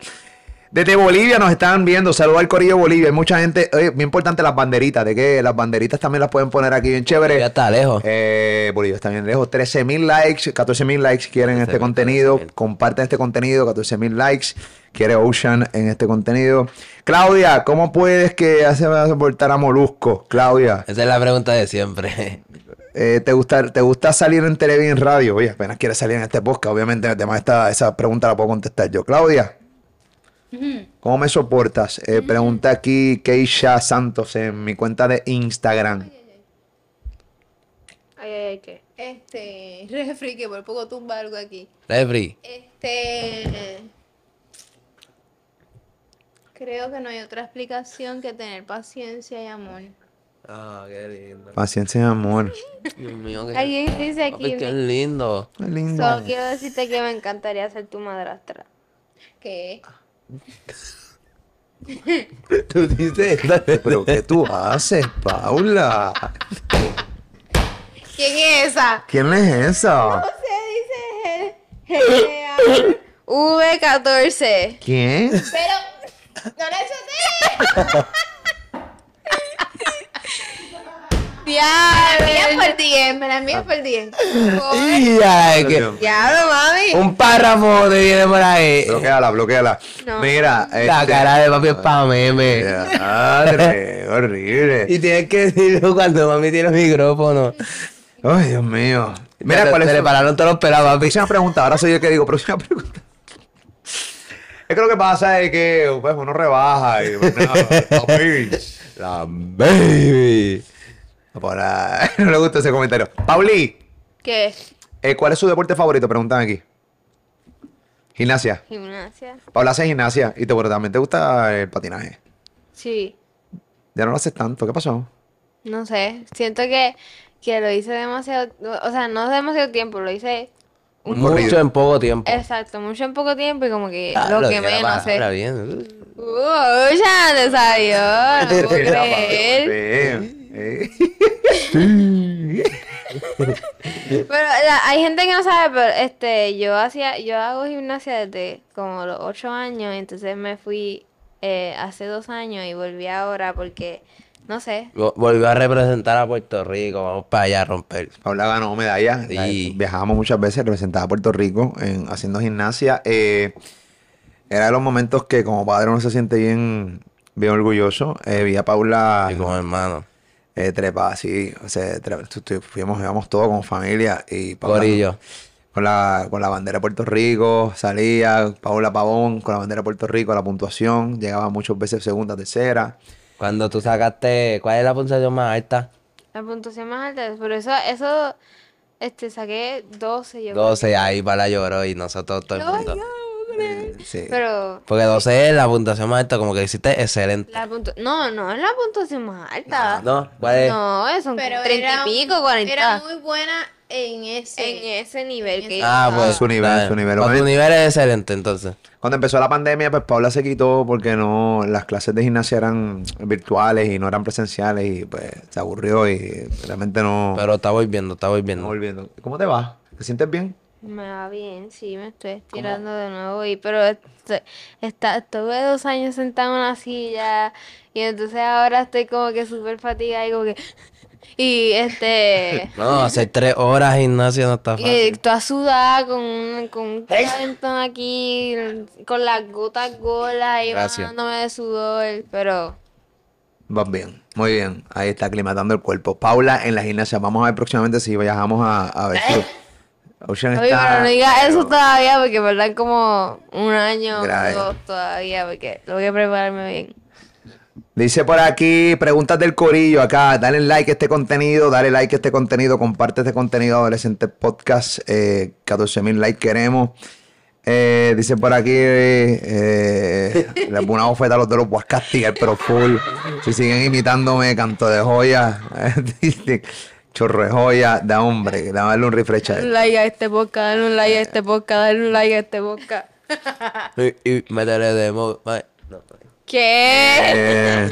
[SPEAKER 2] desde Bolivia nos están viendo. Saludos al Corillo de Bolivia. Hay mucha gente. Oye, bien importante las banderitas. De que las banderitas también las pueden poner aquí bien chévere.
[SPEAKER 1] Ya está lejos.
[SPEAKER 2] Eh, Bolivia está bien lejos. 13.000 likes, 14.000 likes quieren este
[SPEAKER 1] 13.000,
[SPEAKER 2] contenido.
[SPEAKER 1] 14.000.
[SPEAKER 2] Comparten este contenido, 14.000 likes. Quiere Ocean en este contenido. Claudia, ¿cómo puedes que hace soportar a Molusco? Claudia,
[SPEAKER 1] Esa es la pregunta de siempre.
[SPEAKER 2] eh, ¿te, gusta, ¿te gusta salir en televisión y en radio? Oye, apenas quieres salir en este podcast, obviamente, además esta, esa pregunta la puedo contestar yo. Claudia, ¿cómo me soportas? Eh, pregunta aquí Keisha Santos en mi cuenta de Instagram.
[SPEAKER 4] Ay, ay, ay, ¿qué?
[SPEAKER 5] Este, refri, que por poco tumba algo aquí.
[SPEAKER 1] Refri.
[SPEAKER 5] Este. Creo que no hay otra explicación que tener paciencia y amor.
[SPEAKER 1] Ah, qué lindo.
[SPEAKER 2] Paciencia y amor.
[SPEAKER 1] Dios mío, qué,
[SPEAKER 4] Alguien dice
[SPEAKER 1] papi,
[SPEAKER 4] aquí,
[SPEAKER 1] qué lindo.
[SPEAKER 2] Qué lindo.
[SPEAKER 4] solo quiero decirte que me encantaría ser tu madrastra.
[SPEAKER 5] ¿Qué?
[SPEAKER 1] Tú dices,
[SPEAKER 2] Pero ¿qué tú haces, Paula?
[SPEAKER 5] ¿Quién es esa?
[SPEAKER 2] ¿Quién es esa?
[SPEAKER 4] V14.
[SPEAKER 2] ¿Quién?
[SPEAKER 5] Pero. ¡No la
[SPEAKER 4] Diablo.
[SPEAKER 5] por 10, me la
[SPEAKER 1] Ah.
[SPEAKER 5] envías por 10.
[SPEAKER 1] ya, que,
[SPEAKER 5] Diablo, mami.
[SPEAKER 1] un párrafo te viene por ahí.
[SPEAKER 2] Bloqueala, bloqueala.
[SPEAKER 4] No.
[SPEAKER 2] Mira,
[SPEAKER 1] La
[SPEAKER 2] este-
[SPEAKER 1] cara de papi es pa' meme.
[SPEAKER 2] Madre, horrible.
[SPEAKER 1] Y tienes que decirlo cuando mami tiene el micrófono.
[SPEAKER 2] Ay, Dios mío.
[SPEAKER 1] Te-
[SPEAKER 2] Mira, ¿cuál
[SPEAKER 1] te
[SPEAKER 2] es
[SPEAKER 1] le
[SPEAKER 2] la
[SPEAKER 1] pararon todos los pelados, papi.
[SPEAKER 2] próxima pregunta? Ahora soy yo el que digo, próxima pregunta. Es que lo que pasa es que pues, uno rebaja y pues, nada, la baby. La baby. Por ahí, no le gusta ese comentario. Pauli,
[SPEAKER 4] ¿Qué?
[SPEAKER 2] eh, ¿cuál es su deporte favorito? Pregúntame aquí. Gimnasia.
[SPEAKER 4] Gimnasia.
[SPEAKER 2] Paula hace gimnasia y te, bueno, también te gusta el patinaje.
[SPEAKER 4] Sí.
[SPEAKER 2] Ya no lo haces tanto. ¿Qué pasó?
[SPEAKER 4] No sé. Siento que, que lo hice demasiado. O sea, no demasiado tiempo. Lo hice.
[SPEAKER 2] Un
[SPEAKER 1] Mucho
[SPEAKER 2] corrido.
[SPEAKER 1] en poco tiempo.
[SPEAKER 4] Exacto, mucho en poco tiempo y como que
[SPEAKER 1] Ah,
[SPEAKER 4] Eh, lo
[SPEAKER 1] lo
[SPEAKER 4] que
[SPEAKER 1] dije la
[SPEAKER 4] menos sé.
[SPEAKER 1] palabra bien.
[SPEAKER 4] Uh, ya te salió, no puedo creer.
[SPEAKER 2] Eh, eh.
[SPEAKER 4] Pero la- hay gente que no sabe, pero este, yo hacía, yo hago gimnasia desde como los ocho años, entonces me fui eh, hace dos años y volví ahora porque, no sé,
[SPEAKER 1] Vol- Volvió a representar a Puerto Rico. Vamos para allá a romper.
[SPEAKER 2] Paula ganó medalla. la-
[SPEAKER 1] Sí.
[SPEAKER 2] Viajábamos muchas veces, representaba a Puerto Rico en, haciendo gimnasia. Eh, era de los momentos que como padre uno se siente bien, bien orgulloso. Eh, vi a Paula
[SPEAKER 1] Y como hermano.
[SPEAKER 2] eh, trepa así. O sea, tre- tu- tu- fuimos, íbamos todos como familia. Y Paula
[SPEAKER 1] Corillo.
[SPEAKER 2] Con la, con la bandera de Puerto Rico, salía Paula Pavón con la bandera de Puerto Rico, la puntuación, llegaba muchas veces segunda, tercera.
[SPEAKER 1] Cuando tú sacaste, ¿cuál es la puntuación más alta?
[SPEAKER 4] la puntuación más alta, es- pero eso, eso, este, saqué 12 yo creo.
[SPEAKER 1] 12, ahí para lloró y nosotros todo el mundo.
[SPEAKER 2] Sí.
[SPEAKER 4] Pero
[SPEAKER 1] Porque 12 es la puntuación más alta, como que hiciste excelente.
[SPEAKER 4] la puntu- no, no, es la puntuación más alta.
[SPEAKER 1] ¿No? ¿Cuál es?
[SPEAKER 4] No, es un
[SPEAKER 5] Pero
[SPEAKER 4] 30
[SPEAKER 5] era-
[SPEAKER 4] y pico, 40.
[SPEAKER 5] Era muy buena en ese.
[SPEAKER 4] En e- ese nivel que
[SPEAKER 1] Ah,
[SPEAKER 4] yo
[SPEAKER 1] pues.
[SPEAKER 2] Su nivel,
[SPEAKER 1] está bien.
[SPEAKER 2] su nivel.
[SPEAKER 1] Pues tu nivel es excelente, entonces.
[SPEAKER 2] Cuando empezó la pandemia, pues Paula se quitó porque no, las clases de gimnasia eran virtuales y no eran presenciales y pues se aburrió y realmente no,
[SPEAKER 1] Pero está volviendo, está
[SPEAKER 2] no
[SPEAKER 1] volviendo.
[SPEAKER 2] volviendo. ¿Cómo te va? ¿Te sientes bien?
[SPEAKER 4] Me va bien, sí, me estoy estirando de nuevo y pero estoy- está, estuve dos años sentada en una silla y entonces ahora estoy como que súper fatigada y como que y este
[SPEAKER 1] No, hacer tres horas de gimnasio no está
[SPEAKER 4] y
[SPEAKER 1] fácil.
[SPEAKER 4] toda sudada con un, con un calentón aquí con las gotas golas y
[SPEAKER 1] Gracias.
[SPEAKER 4] bajándome de sudor, pero
[SPEAKER 2] Vas bien, muy bien. Ahí está aclimatando el cuerpo. Paula en la gimnasia. Vamos a ver próximamente si viajamos a, a ver si Ocean
[SPEAKER 4] Eh. Oye, pero
[SPEAKER 2] está.
[SPEAKER 4] no digas eso
[SPEAKER 2] pero-
[SPEAKER 4] todavía porque faltan como un año o
[SPEAKER 2] Gracias.
[SPEAKER 4] dos todavía porque tengo que prepararme bien.
[SPEAKER 2] Dice por aquí, preguntas del corillo acá, dale like a este contenido, dale like a este contenido, comparte este contenido, Adolescente Podcast, eh, 14 mil likes queremos. Eh, dice por aquí, eh, eh, le pongo una bofeta a los de los Huascastigar, pero full. Si siguen imitándome, canto de joya, dice, chorro de joya, da hombre, da darle un refresh a
[SPEAKER 4] Dale
[SPEAKER 2] él.
[SPEAKER 4] un like a este podcast, dale un like a este podcast, dale un like a este podcast.
[SPEAKER 1] Y, y métele de mo- ay, no.
[SPEAKER 4] ¿Qué?
[SPEAKER 2] Eh,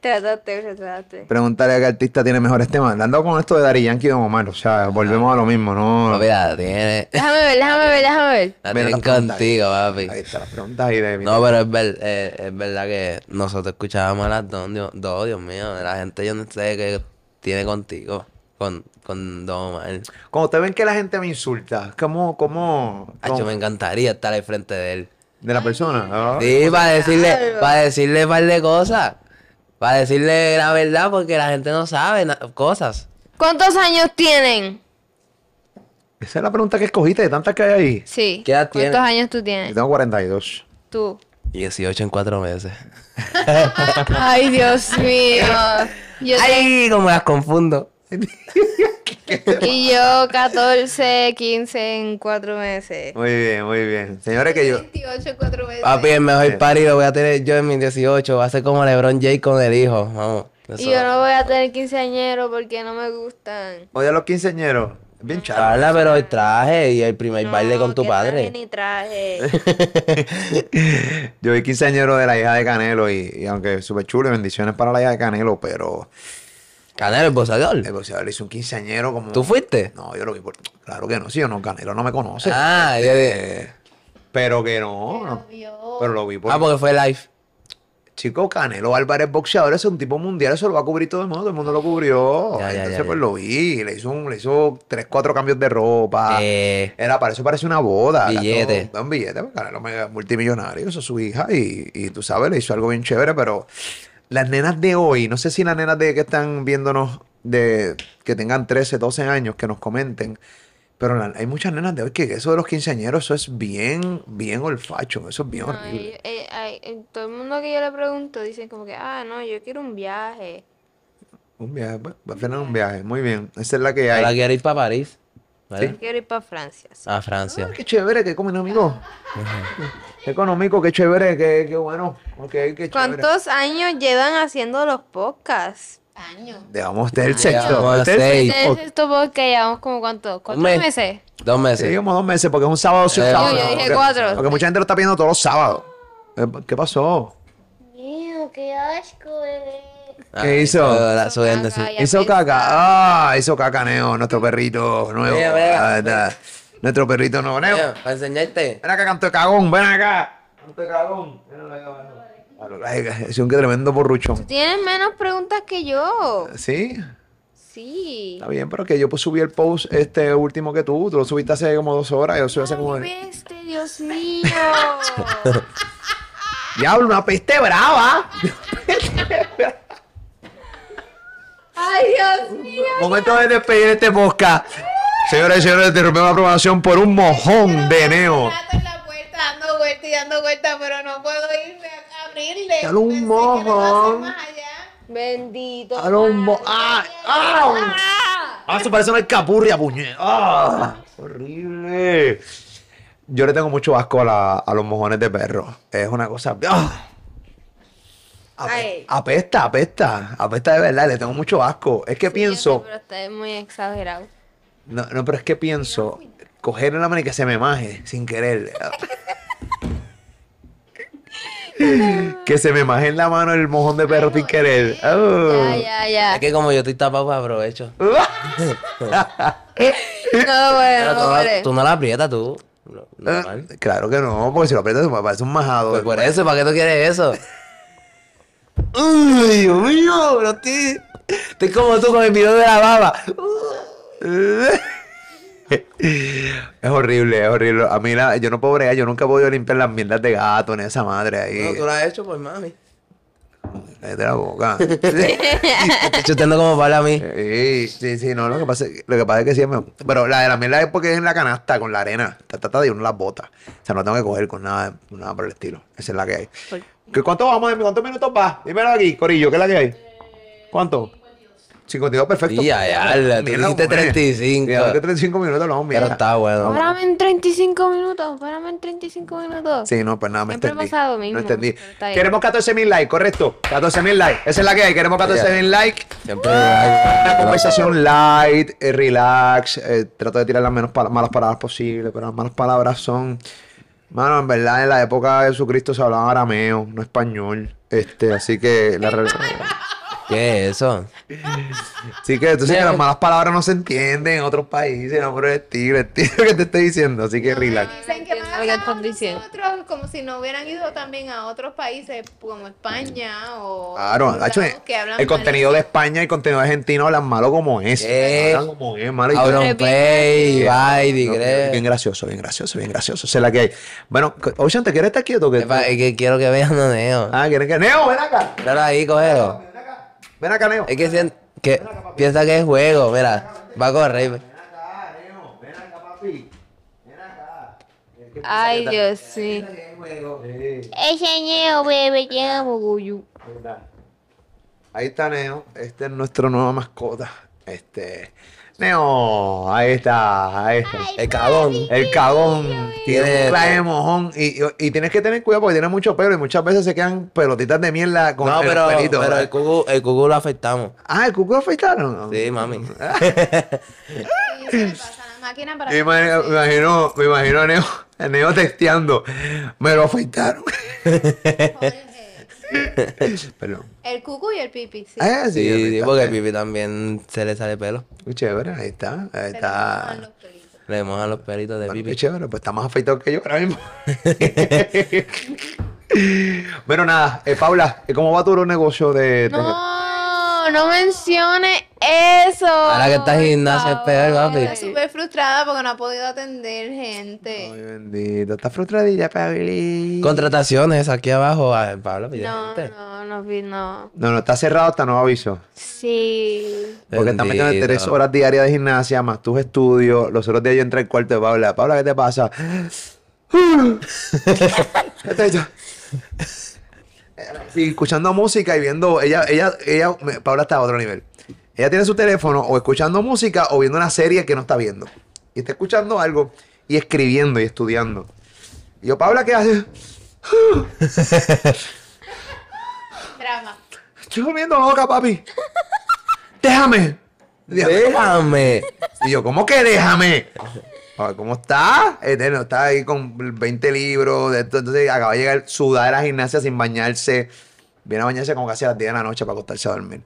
[SPEAKER 4] Trataste, trataste.
[SPEAKER 2] preguntarle a qué artista tiene mejores temas. Le han dado con esto de Dari Yankee y Don Omar, o sea, volvemos a lo mismo, ¿no?
[SPEAKER 1] Papi, la tiene.
[SPEAKER 4] Déjame ver, déjame ver, déjame ver.
[SPEAKER 1] La
[SPEAKER 2] Mira
[SPEAKER 1] tienen
[SPEAKER 2] las preguntas
[SPEAKER 1] contigo, papi.
[SPEAKER 2] Ahí está, las preguntas ahí de
[SPEAKER 1] No, pero es, ver- eh, es verdad que nosotros escuchábamos a las dos, Dios, dos, Dios mío. La gente yo no sé qué tiene contigo, con, con Don Omar.
[SPEAKER 2] Cuando ustedes ven que la gente me insulta, ¿cómo, cómo,
[SPEAKER 1] Ay,
[SPEAKER 2] cómo-
[SPEAKER 1] yo me encantaría estar al frente de él.
[SPEAKER 2] de la persona? Ah.
[SPEAKER 1] Sí, para decirle, para decirle un par de cosas. Para decirle la verdad, porque la gente no sabe na- cosas.
[SPEAKER 4] ¿Cuántos años tienen?
[SPEAKER 2] Esa es la pregunta que escogiste de tantas que hay ahí.
[SPEAKER 4] Sí.
[SPEAKER 1] ¿Qué edad
[SPEAKER 4] ¿Cuántos
[SPEAKER 1] tienen?
[SPEAKER 4] años tú
[SPEAKER 2] Yo
[SPEAKER 4] tienes?
[SPEAKER 2] tengo 42.
[SPEAKER 4] Tú.
[SPEAKER 1] 18 en cuatro meses.
[SPEAKER 4] Ay, Dios mío. Yo
[SPEAKER 1] ¡Ay! Como las confundo.
[SPEAKER 4] te- Y yo 14, 15 en 4 meses.
[SPEAKER 2] Muy bien, muy bien. Señores, que yo.
[SPEAKER 5] 28 cuatro veces.
[SPEAKER 1] Papi, el mejor party lo voy a tener yo en mis 18. Va a ser como LeBron James con el hijo. Vamos. eso.
[SPEAKER 4] Y yo no voy a tener quinceañero porque no me gustan.
[SPEAKER 2] Oye, a los quinceañeros. Bien charla.
[SPEAKER 1] Habla, pero el traje y el primer baile con
[SPEAKER 4] No,
[SPEAKER 1] tu
[SPEAKER 4] que traje
[SPEAKER 1] padre.
[SPEAKER 4] ni traje.
[SPEAKER 2] Yo vi quinceañero de la hija de Canelo y, y aunque súper chulo y bendiciones para la hija de Canelo, pero
[SPEAKER 1] Canelo, el boxeador.
[SPEAKER 2] el boxeador le hizo un quinceañero como...
[SPEAKER 1] ¿Tú fuiste?
[SPEAKER 2] No, yo lo vi por... Claro que no, sí o no, Canelo no me conoce.
[SPEAKER 1] Ah, yo
[SPEAKER 2] Eh,
[SPEAKER 1] de-
[SPEAKER 2] Pero que no, no. Pero lo vi por...
[SPEAKER 1] ah, porque fue live.
[SPEAKER 2] Chico, Canelo Álvarez, boxeador, es un tipo mundial, eso lo va a cubrir todo el mundo, todo el mundo lo
[SPEAKER 1] Ya,
[SPEAKER 2] cubrió.
[SPEAKER 1] ya,
[SPEAKER 2] Entonces,
[SPEAKER 1] ya,
[SPEAKER 2] pues
[SPEAKER 1] ya.
[SPEAKER 2] lo vi, le hizo, un, le hizo tres, cuatro cambios de ropa.
[SPEAKER 1] Eh,
[SPEAKER 2] Era, para eso parece una boda. gastó
[SPEAKER 1] Billete.
[SPEAKER 2] Un, billete, pues, Canelo mega multimillonario, eso es su hija, y, y tú sabes, le hizo algo bien chévere, pero las nenas de hoy, no sé si las nenas de que están viéndonos, de que tengan 13, 12 años, que nos comenten, pero la- hay muchas nenas de hoy que eso de los quinceañeros, eso es bien, bien olfacho, eso es bien
[SPEAKER 4] No,
[SPEAKER 2] horrible.
[SPEAKER 4] y- eh, ay, eh, todo el mundo que yo le pregunto dicen como que, ah, no, yo quiero un viaje.
[SPEAKER 2] Un viaje, va va a tener un viaje, muy bien. Esa es la que hay.
[SPEAKER 1] ahora quiero ir para París. ¿verdad?
[SPEAKER 4] Quiero ir para Francia. sí.
[SPEAKER 1] A Francia.
[SPEAKER 2] Ah, qué chévere, qué económico. Qué económico, qué chévere, qué, qué bueno. Ok, qué chévere.
[SPEAKER 4] ¿Cuántos años llevan haciendo los podcasts?
[SPEAKER 5] Año.
[SPEAKER 2] Llevamos del
[SPEAKER 1] Llevamos
[SPEAKER 2] sexto. Este es el
[SPEAKER 1] seis.
[SPEAKER 4] Ustedes
[SPEAKER 2] sexto.
[SPEAKER 4] estos podcasts llevamos como cuánto, cuatro
[SPEAKER 1] mes.
[SPEAKER 4] meses.
[SPEAKER 1] Dos
[SPEAKER 2] Sí,
[SPEAKER 1] meses.
[SPEAKER 2] llevamos dos meses porque es un sábado sí, un
[SPEAKER 1] Eh,
[SPEAKER 2] sábado,
[SPEAKER 1] Yo- yo
[SPEAKER 2] no,
[SPEAKER 4] dije
[SPEAKER 2] porque-
[SPEAKER 4] cuatro.
[SPEAKER 2] Porque mucha gente lo está viendo todos los sábados. Eh, ¿Qué pasó?
[SPEAKER 3] Mío, qué asco, bebé.
[SPEAKER 1] Ah,
[SPEAKER 2] ¿Qué hizo?
[SPEAKER 1] la- subiendo su-
[SPEAKER 4] Ay, ya
[SPEAKER 2] Hizo
[SPEAKER 4] pensaba.
[SPEAKER 2] caca. Ah, hizo caca, Neo, nuestro perrito nuevo.
[SPEAKER 1] Mira, mira.
[SPEAKER 2] Ah, está. Nuestro perrito nuevo, Neo.
[SPEAKER 1] Mira, Para enseñarte.
[SPEAKER 2] Ven acá, canto de cagón, ven acá. Canto de cagón. Ven acá, ven acá. Ay, Es un tremendo borruchón.
[SPEAKER 4] Tienen menos preguntas que yo.
[SPEAKER 2] Sí,
[SPEAKER 4] Sí.
[SPEAKER 2] está bien, pero que yo pues, subí el post este último que tú, tú lo subiste hace como dos horas, yo lo subí hace como...
[SPEAKER 4] Este, Dios mío.
[SPEAKER 2] ¡Diablo, una peste brava!
[SPEAKER 4] Ay, Dios mío.
[SPEAKER 2] Momento de despedir este podcast. Señoras y señores, interrumpimos la programación por un mojón de Neo.
[SPEAKER 5] Rato en la puerta dando vueltas y dando vueltas, pero no puedo irme a abrirle.
[SPEAKER 2] Dale un
[SPEAKER 5] Pensé que no iba a ser
[SPEAKER 2] mojón.
[SPEAKER 5] más allá.
[SPEAKER 4] Bendito.
[SPEAKER 2] Ahora un mo- ¡Ah! ¡Ah! ¡Ah! Eso parece una escapurria, puñet. ¡Ah! ¡Horrible! Yo le tengo mucho asco a, la- a los mojones de perro. Es una cosa. ¡Ah! Ape-
[SPEAKER 4] Ay.
[SPEAKER 2] Apesta, apesta. Apesta de verdad. Le tengo mucho asco. Es que
[SPEAKER 4] Yo
[SPEAKER 2] pienso.
[SPEAKER 4] sé, pero está muy exagerado.
[SPEAKER 2] No, no, pero es que pienso coger la mano y que se me maje sin querer. que se me maje en la mano el mojón de perro sin querer.
[SPEAKER 1] Uh.
[SPEAKER 4] Ya,
[SPEAKER 2] Oh.
[SPEAKER 4] ya, ya.
[SPEAKER 1] Es que como yo estoy tapado, pues aprovecho.
[SPEAKER 4] No,
[SPEAKER 1] Pero
[SPEAKER 4] bueno,
[SPEAKER 1] tú, no,
[SPEAKER 4] hombre.
[SPEAKER 1] tú no la aprietas, tú. No-
[SPEAKER 2] Eh,
[SPEAKER 1] normal.
[SPEAKER 2] Claro que no, porque si lo aprietas me parece un majado.
[SPEAKER 1] Pues por eso, ¿para qué tú quieres eso? Uy, Dios mío, pero estoy, estoy como tú con el video de la baba.
[SPEAKER 2] Es horrible, es horrible. A mí la- yo no puedo bregar, yo nunca he podido limpiar las mierdas de gato en esa madre ahí.
[SPEAKER 1] No, tú lo has hecho por mami.
[SPEAKER 2] Cállate la boca.
[SPEAKER 1] Estoy chutando como para a mí.
[SPEAKER 2] Sí, sí, sí, no, lo que pasa, es- lo que pasa es que sí, me- pero la de la mierda es porque es en la canasta, con la arena, ta, ta, ta, y uno las bota. O sea, no tengo que coger con nada, nada por el estilo. Esa es la que hay. ¿Qué- ¿Cuánto vamos, Emi? ¿Cuántos minutos va? Dímelo aquí, Corillo, ¿qué es la que hay? ¿Cuánto? 52, perfecto.
[SPEAKER 1] Y ya, ya, tú
[SPEAKER 2] Mierda,
[SPEAKER 1] dijiste
[SPEAKER 2] mujer.
[SPEAKER 1] 35.
[SPEAKER 2] Y ahora que 35 minutos hablamos,
[SPEAKER 1] Pero
[SPEAKER 2] mierda.
[SPEAKER 1] está bueno.
[SPEAKER 4] Párame en 35 minutos. Párame en 35 minutos.
[SPEAKER 2] Sí, no, pues nada, me
[SPEAKER 4] Siempre
[SPEAKER 2] entendí.
[SPEAKER 4] pasa lo
[SPEAKER 2] No
[SPEAKER 4] mismo,
[SPEAKER 2] entendí.
[SPEAKER 4] pero está bien.
[SPEAKER 2] Queremos 14 mil likes, correcto. 14 mil likes. Esa es la que hay, queremos 14 mil likes.
[SPEAKER 1] Siempre hay
[SPEAKER 2] Una conversación light, eh, relax. eh, trato de tirar las menos pala- malas palabras posible, pero las malas palabras son. Mano, en verdad, en la época de Jesucristo se hablaba arameo, no español. Este, así que. La, re-
[SPEAKER 1] ¿Qué es eso?
[SPEAKER 2] así que tú sabes que las malas palabras no se entienden en otros países, no por el estilo, el estilo que te estoy diciendo. Así que relax.
[SPEAKER 5] Dicen que
[SPEAKER 4] entiendo
[SPEAKER 5] van a
[SPEAKER 4] lo que
[SPEAKER 5] hablar
[SPEAKER 4] estás diciendo.
[SPEAKER 5] nosotros como si no hubieran ido también a otros países como España o
[SPEAKER 2] Claro,
[SPEAKER 5] otros
[SPEAKER 2] Nacho,
[SPEAKER 5] lados que hablan
[SPEAKER 2] el contenido de España y el contenido argentino hablan malo como es.
[SPEAKER 1] ¿Qué?
[SPEAKER 2] Hablan como es, malo. y- Eh,
[SPEAKER 1] Auron Pay, Bye,
[SPEAKER 2] No, Bien
[SPEAKER 1] Digre.
[SPEAKER 2] gracioso, bien gracioso, bien gracioso. Esa es la que hay. Bueno,
[SPEAKER 1] eh.
[SPEAKER 2] Ocean, ¿te quieres estar quieto? o qué?
[SPEAKER 1] Es pa- es que quiero que vean a Neo.
[SPEAKER 2] Ah, ¿quieren que... ¡Neo, ven acá!
[SPEAKER 1] Claro, ahí, cógelo.
[SPEAKER 2] Ven acá, Neo.
[SPEAKER 1] Es que, sien- que piensa que es juego, mira. Va a correr.
[SPEAKER 2] acá, Neo. Ven acá, papi. Ven acá.
[SPEAKER 4] Ay, Dios, sí.
[SPEAKER 3] Ese niño, bebé, tiene mugullu.
[SPEAKER 2] Ahí está Neo. Este es nuestro nuevo mascota. Este. Neo. Ahí está. Ahí está.
[SPEAKER 1] El cagón.
[SPEAKER 2] El cagón tiene
[SPEAKER 1] Tiene-
[SPEAKER 2] un clave de mojón y, y, y tienes que tener cuidado porque tiene mucho pelo y muchas veces se quedan pelotitas de mierda con
[SPEAKER 1] No,
[SPEAKER 2] el
[SPEAKER 1] pero,
[SPEAKER 2] pelito.
[SPEAKER 1] pero el cucu, el cucu lo afectamos.
[SPEAKER 2] Ah, el cucu lo afeitaron.
[SPEAKER 1] Sí, mami.
[SPEAKER 5] Sí, se le pasa a la máquina para
[SPEAKER 2] Me imagino, me imagino, me imagino a Neo, a Neo texteando. Me lo afeitaron.
[SPEAKER 5] Jorge.
[SPEAKER 2] Perdón.
[SPEAKER 5] El cucu y el pipi, sí.
[SPEAKER 2] Ah, sí,
[SPEAKER 1] Sí,
[SPEAKER 2] ahí
[SPEAKER 1] sí,
[SPEAKER 2] está.
[SPEAKER 1] porque el pipi también se le sale pelo.
[SPEAKER 2] Muy chévere, ahí está. Ahí
[SPEAKER 5] Se le pasan
[SPEAKER 2] está.
[SPEAKER 5] los pelitos.
[SPEAKER 1] Le mojan los pelitos de
[SPEAKER 2] Bueno, qué
[SPEAKER 1] pipi.
[SPEAKER 2] chévere, pues está más afeitado que yo ahora mismo. bueno, nada, eh, Paula, ¿cómo va tu negocio de.?
[SPEAKER 4] No, no menciones eso.
[SPEAKER 1] Ahora que estás en
[SPEAKER 4] por
[SPEAKER 1] gimnasia es peor,
[SPEAKER 4] favor.
[SPEAKER 1] papi.
[SPEAKER 5] Está súper frustrada porque no ha podido atender gente.
[SPEAKER 2] Ay, bendito. Estás frustradilla, Pauli.
[SPEAKER 1] Contrataciones aquí abajo. A ver, Pablo, pide
[SPEAKER 4] No,
[SPEAKER 1] gente.
[SPEAKER 4] no, no, vi- no.
[SPEAKER 2] No, no, está cerrado hasta nuevo aviso.
[SPEAKER 4] Sí.
[SPEAKER 2] Porque están
[SPEAKER 1] Bendito.
[SPEAKER 2] metiendo tres horas diarias de gimnasia más tus estudios. Los otros días yo entré al cuarto de Paula. Paula, ¿qué te pasa? Estoy yo. Y escuchando música y viendo. Ella, ella, ella. me- Paula está a otro nivel. Ella tiene su teléfono o escuchando música o viendo una serie que no está viendo. Y está escuchando algo y escribiendo y estudiando. Y yo, Paula, ¿qué haces?
[SPEAKER 5] Drama.
[SPEAKER 2] Estoy durmiendo loca, papi. Déjame.
[SPEAKER 1] Déjame.
[SPEAKER 2] Y yo, ¿cómo que déjame? Ah, ¿Cómo está? Eterno, está ahí con 20 libros. De esto. Entonces acaba de llegar sudada de la gimnasia sin bañarse. Viene a bañarse como casi a las 10 de la noche para acostarse a dormir.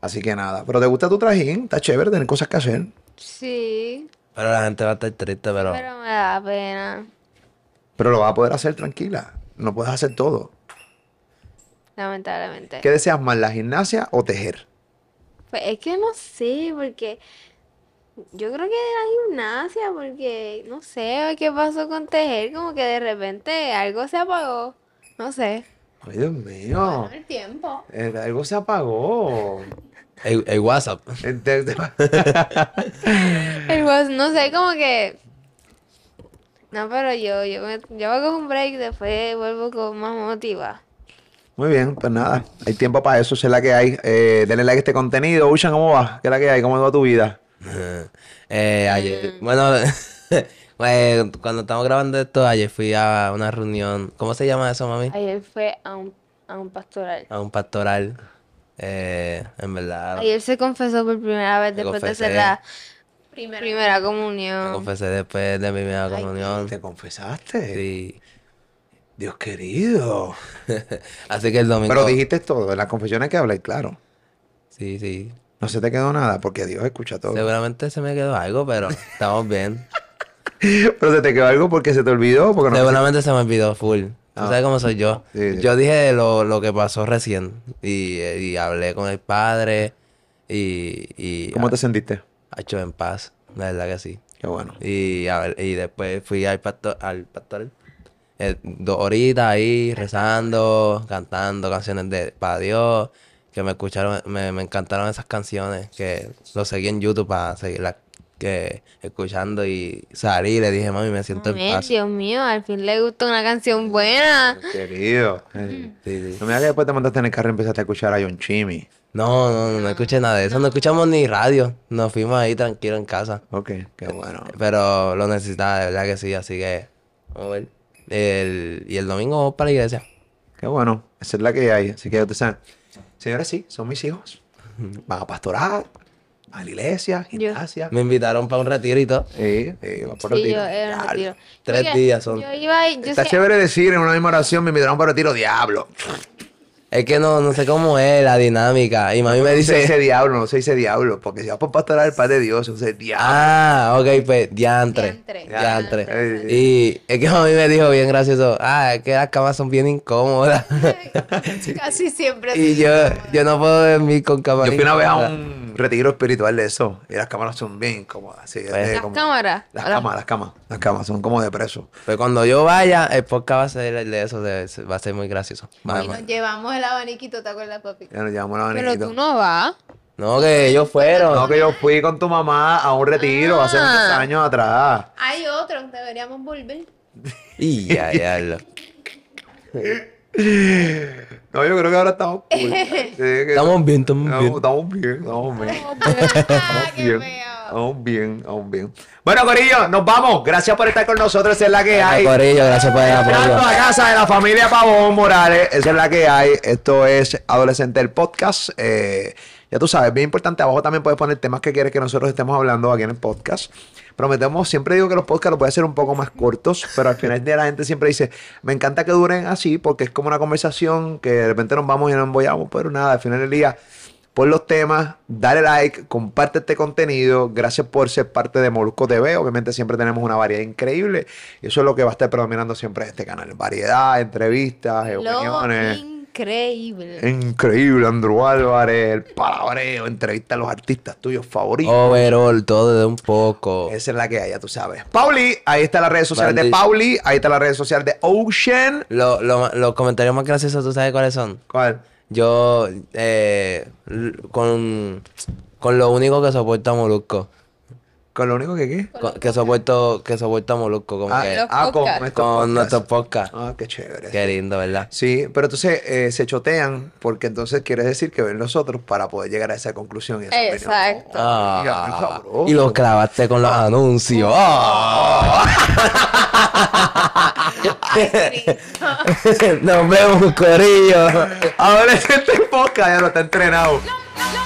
[SPEAKER 2] Así que nada. Pero te gusta tu trajín, está chévere, tener cosas que hacer.
[SPEAKER 4] Sí.
[SPEAKER 1] Pero la gente va a estar triste, pero.
[SPEAKER 4] Pero me da pena.
[SPEAKER 2] Pero lo vas a poder hacer tranquila. No puedes hacer todo.
[SPEAKER 4] Lamentablemente.
[SPEAKER 2] ¿Qué deseas más, la gimnasia o tejer?
[SPEAKER 4] Pues es que no sé, porque yo creo que de la gimnasia, porque no sé qué pasó con tejer, como que de repente algo se apagó. No sé.
[SPEAKER 2] Ay, Dios mío.
[SPEAKER 5] Bueno, el tiempo.
[SPEAKER 2] eh, Algo se apagó. Este,
[SPEAKER 1] El, el WhatsApp.
[SPEAKER 2] Entonces-
[SPEAKER 4] El was- no sé, como que. No, pero yo, yo me, yo me cojo un break, después vuelvo con más motiva.
[SPEAKER 2] Muy bien, pues nada, hay tiempo para eso, esa es la que hay. Eh, denle like a este contenido. Ushan, ¿cómo va? ¿Qué es la que hay? ¿Cómo va tu vida?
[SPEAKER 1] Eh, ayer,
[SPEAKER 4] Mm.
[SPEAKER 1] bueno, eh, cuando estamos grabando esto, ayer fui a una reunión. ¿Cómo se llama eso, mami?
[SPEAKER 4] Ayer fue a un, a un pastoral.
[SPEAKER 1] A un pastoral. Eh, en verdad,
[SPEAKER 4] Ayer se confesó por primera vez
[SPEAKER 1] Me
[SPEAKER 4] después de hacer
[SPEAKER 1] confesé.
[SPEAKER 4] la
[SPEAKER 5] Primero.
[SPEAKER 4] primera
[SPEAKER 1] me
[SPEAKER 4] comunión.
[SPEAKER 1] confesé después de mi primera comunión.
[SPEAKER 2] ¿Te confesaste?
[SPEAKER 1] Sí.
[SPEAKER 2] Dios querido.
[SPEAKER 1] Así que el domingo.
[SPEAKER 2] Pero dijiste todo, en las confesiones que hablar, claro.
[SPEAKER 1] Sí, sí.
[SPEAKER 2] No se te quedó nada, porque Dios escucha todo.
[SPEAKER 1] Seguramente se me quedó algo, pero estamos bien.
[SPEAKER 2] Pero se te quedó algo porque se te olvidó, porque no...
[SPEAKER 1] Seguramente se me olvidó full. Tú
[SPEAKER 2] Ah.
[SPEAKER 1] sabes cómo soy yo.
[SPEAKER 2] Sí, sí.
[SPEAKER 1] Yo dije lo, lo que pasó recién y, eh, y hablé con el padre y, y
[SPEAKER 2] ¿Cómo
[SPEAKER 1] ha-
[SPEAKER 2] te sentiste?
[SPEAKER 1] ha hecho en paz, la verdad que sí.
[SPEAKER 2] Qué bueno.
[SPEAKER 1] Y, a ver, y después fui al pastor, al pastor eh, dos horitas ahí rezando, cantando canciones de para Dios, que me escucharon, me, me encantaron esas canciones, que lo seguí en YouTube para seguirlas que, escuchando y salí y le dije, mami, me siento en
[SPEAKER 4] Amén,
[SPEAKER 1] paz.
[SPEAKER 4] Dios mío, al fin le gustó una canción buena.
[SPEAKER 2] Querido. Eh,
[SPEAKER 1] Sí, sí.
[SPEAKER 2] No me digas que después te mandaste en el carro y empezaste a escuchar a John Chimmy.
[SPEAKER 1] No, no, no, no escuché nada de eso, no escuchamos ni radio, nos fuimos ahí tranquilos en casa,
[SPEAKER 2] Ok, qué bueno.
[SPEAKER 1] pero lo necesitaba, de verdad que sí, así que vamos a ver. El, y el domingo vamos para la iglesia.
[SPEAKER 2] Qué bueno, esa es la que hay. Así que ya ustedes saben. Señores, sí, son mis hijos. Van a pastorar, a la iglesia, gimnasia.
[SPEAKER 1] Me invitaron para un retiro y todo.
[SPEAKER 2] Sí, sí, va por
[SPEAKER 4] Sí,
[SPEAKER 2] retiro.
[SPEAKER 4] yo era un
[SPEAKER 2] Diablo.
[SPEAKER 4] retiro.
[SPEAKER 1] Tres
[SPEAKER 4] Mira,
[SPEAKER 1] días son.
[SPEAKER 4] Yo iba, y- yo
[SPEAKER 2] Está
[SPEAKER 4] sé-
[SPEAKER 2] chévere decir en una misma oración, me invitaron para retiro, diablo.
[SPEAKER 1] Es que no, no sé cómo es la dinámica. Y mami me
[SPEAKER 2] No se
[SPEAKER 1] dice,
[SPEAKER 2] dice diablo, no se dice diablo, porque si vas por pastorar el Padre de Dios, se dice diablo.
[SPEAKER 1] ah, ok, pues, diantre.
[SPEAKER 5] Diantre.
[SPEAKER 1] Diantre.
[SPEAKER 2] Diantre.
[SPEAKER 1] Y es que mami me dijo bien gracioso, ah, es que las camas son bien incómodas.
[SPEAKER 5] Casi siempre.
[SPEAKER 1] y yo, yo no puedo dormir con camas
[SPEAKER 2] Ah, Yo fui una vez a
[SPEAKER 1] incómodas.
[SPEAKER 2] un retiro espiritual de eso, y las cámaras son bien incómodas. sí,
[SPEAKER 1] Pues-
[SPEAKER 2] eh,
[SPEAKER 4] las
[SPEAKER 2] como-
[SPEAKER 4] cámaras.
[SPEAKER 2] Las
[SPEAKER 4] Hola.
[SPEAKER 2] camas, las camas, las camas, son como de preso.
[SPEAKER 1] Pues cuando yo vaya, el podcast va a ser el de eso, de- va a ser muy gracioso.
[SPEAKER 5] Y
[SPEAKER 1] Vamos.
[SPEAKER 5] nos llevamos el abaniquito, ¿te acuerdas, papi?
[SPEAKER 2] Ya nos llevamos el
[SPEAKER 4] Pero tú
[SPEAKER 2] abaniquito.
[SPEAKER 4] no vas.
[SPEAKER 1] No, que ellos fueron.
[SPEAKER 2] No, que yo fui con tu mamá a un retiro hace muchos
[SPEAKER 5] Ah.
[SPEAKER 2] años atrás.
[SPEAKER 5] Hay otro, deberíamos volver.
[SPEAKER 1] Y ya, ya. lo-
[SPEAKER 2] No, yo creo que ahora estamos cool. Sí, que-
[SPEAKER 1] Estamos bien, estamos
[SPEAKER 2] estamos,
[SPEAKER 1] bien.
[SPEAKER 2] estamos bien, estamos bien.
[SPEAKER 5] Ah, qué
[SPEAKER 2] Bien,
[SPEAKER 5] feo.
[SPEAKER 2] aún bien, aún bien. Bueno, Corillo, nos vamos. Gracias por estar con nosotros. Es la que hay.
[SPEAKER 1] Corillo, gracias por el
[SPEAKER 2] Entrando
[SPEAKER 1] apoyo.
[SPEAKER 2] a casa de la familia Pavón Morales. Esa es la que hay. Esto es Adolescente el Podcast. Eh, ya tú sabes, bien importante. Abajo también puedes poner temas que quieres que nosotros estemos hablando aquí en el podcast. Prometemos, siempre digo que los podcasts los voy a hacer un poco más cortos, pero al final del día la gente siempre dice, me encanta que duren así porque es como una conversación que de repente nos vamos y nos embollamos, pero nada, al final del día Pon los temas, dale like, comparte este contenido. Gracias por ser parte de Molusco TV. Obviamente siempre tenemos una variedad increíble. Y eso es lo que va a estar predominando siempre en este canal. Variedad, entrevistas, eh, opiniones.
[SPEAKER 4] increíble.
[SPEAKER 2] Increíble, Andrew Álvarez, el palabreo, entrevista a los artistas tuyos favoritos.
[SPEAKER 1] Overall, todo de un poco.
[SPEAKER 2] Esa es la que hay, ya tú sabes. Pauli, ahí están las redes sociales de
[SPEAKER 1] Bandit.
[SPEAKER 2] Pauli, ahí están las redes sociales de Ocean.
[SPEAKER 1] Lo- lo ma- los comentarios más graciosos, ¿tú sabes cuáles son?
[SPEAKER 2] ¿Cuál?
[SPEAKER 1] Yo, eh, l- con, con lo único que soporta Molusco.
[SPEAKER 2] Con lo único que qué.
[SPEAKER 1] Con- que soporto, que soporta Molusco, como
[SPEAKER 2] Ah,
[SPEAKER 1] que
[SPEAKER 4] Los
[SPEAKER 2] ah, con
[SPEAKER 4] podcasts.
[SPEAKER 2] nuestros
[SPEAKER 1] con nuestros
[SPEAKER 2] podcasts.
[SPEAKER 1] podcasts.
[SPEAKER 2] Ah, qué chévere.
[SPEAKER 1] Qué lindo, ¿verdad?
[SPEAKER 2] Sí, pero entonces eh, se chotean porque entonces quiere decir que ven los otros para poder llegar a esa conclusión. y esa opinión.
[SPEAKER 4] Exacto.
[SPEAKER 1] Ah,
[SPEAKER 2] Mira, qué sabroso. Ah,
[SPEAKER 1] y los clavaste con los anuncios. Ah. Nos vemos, Corillo.
[SPEAKER 2] Adolescente en podcast ya lo está entrenado.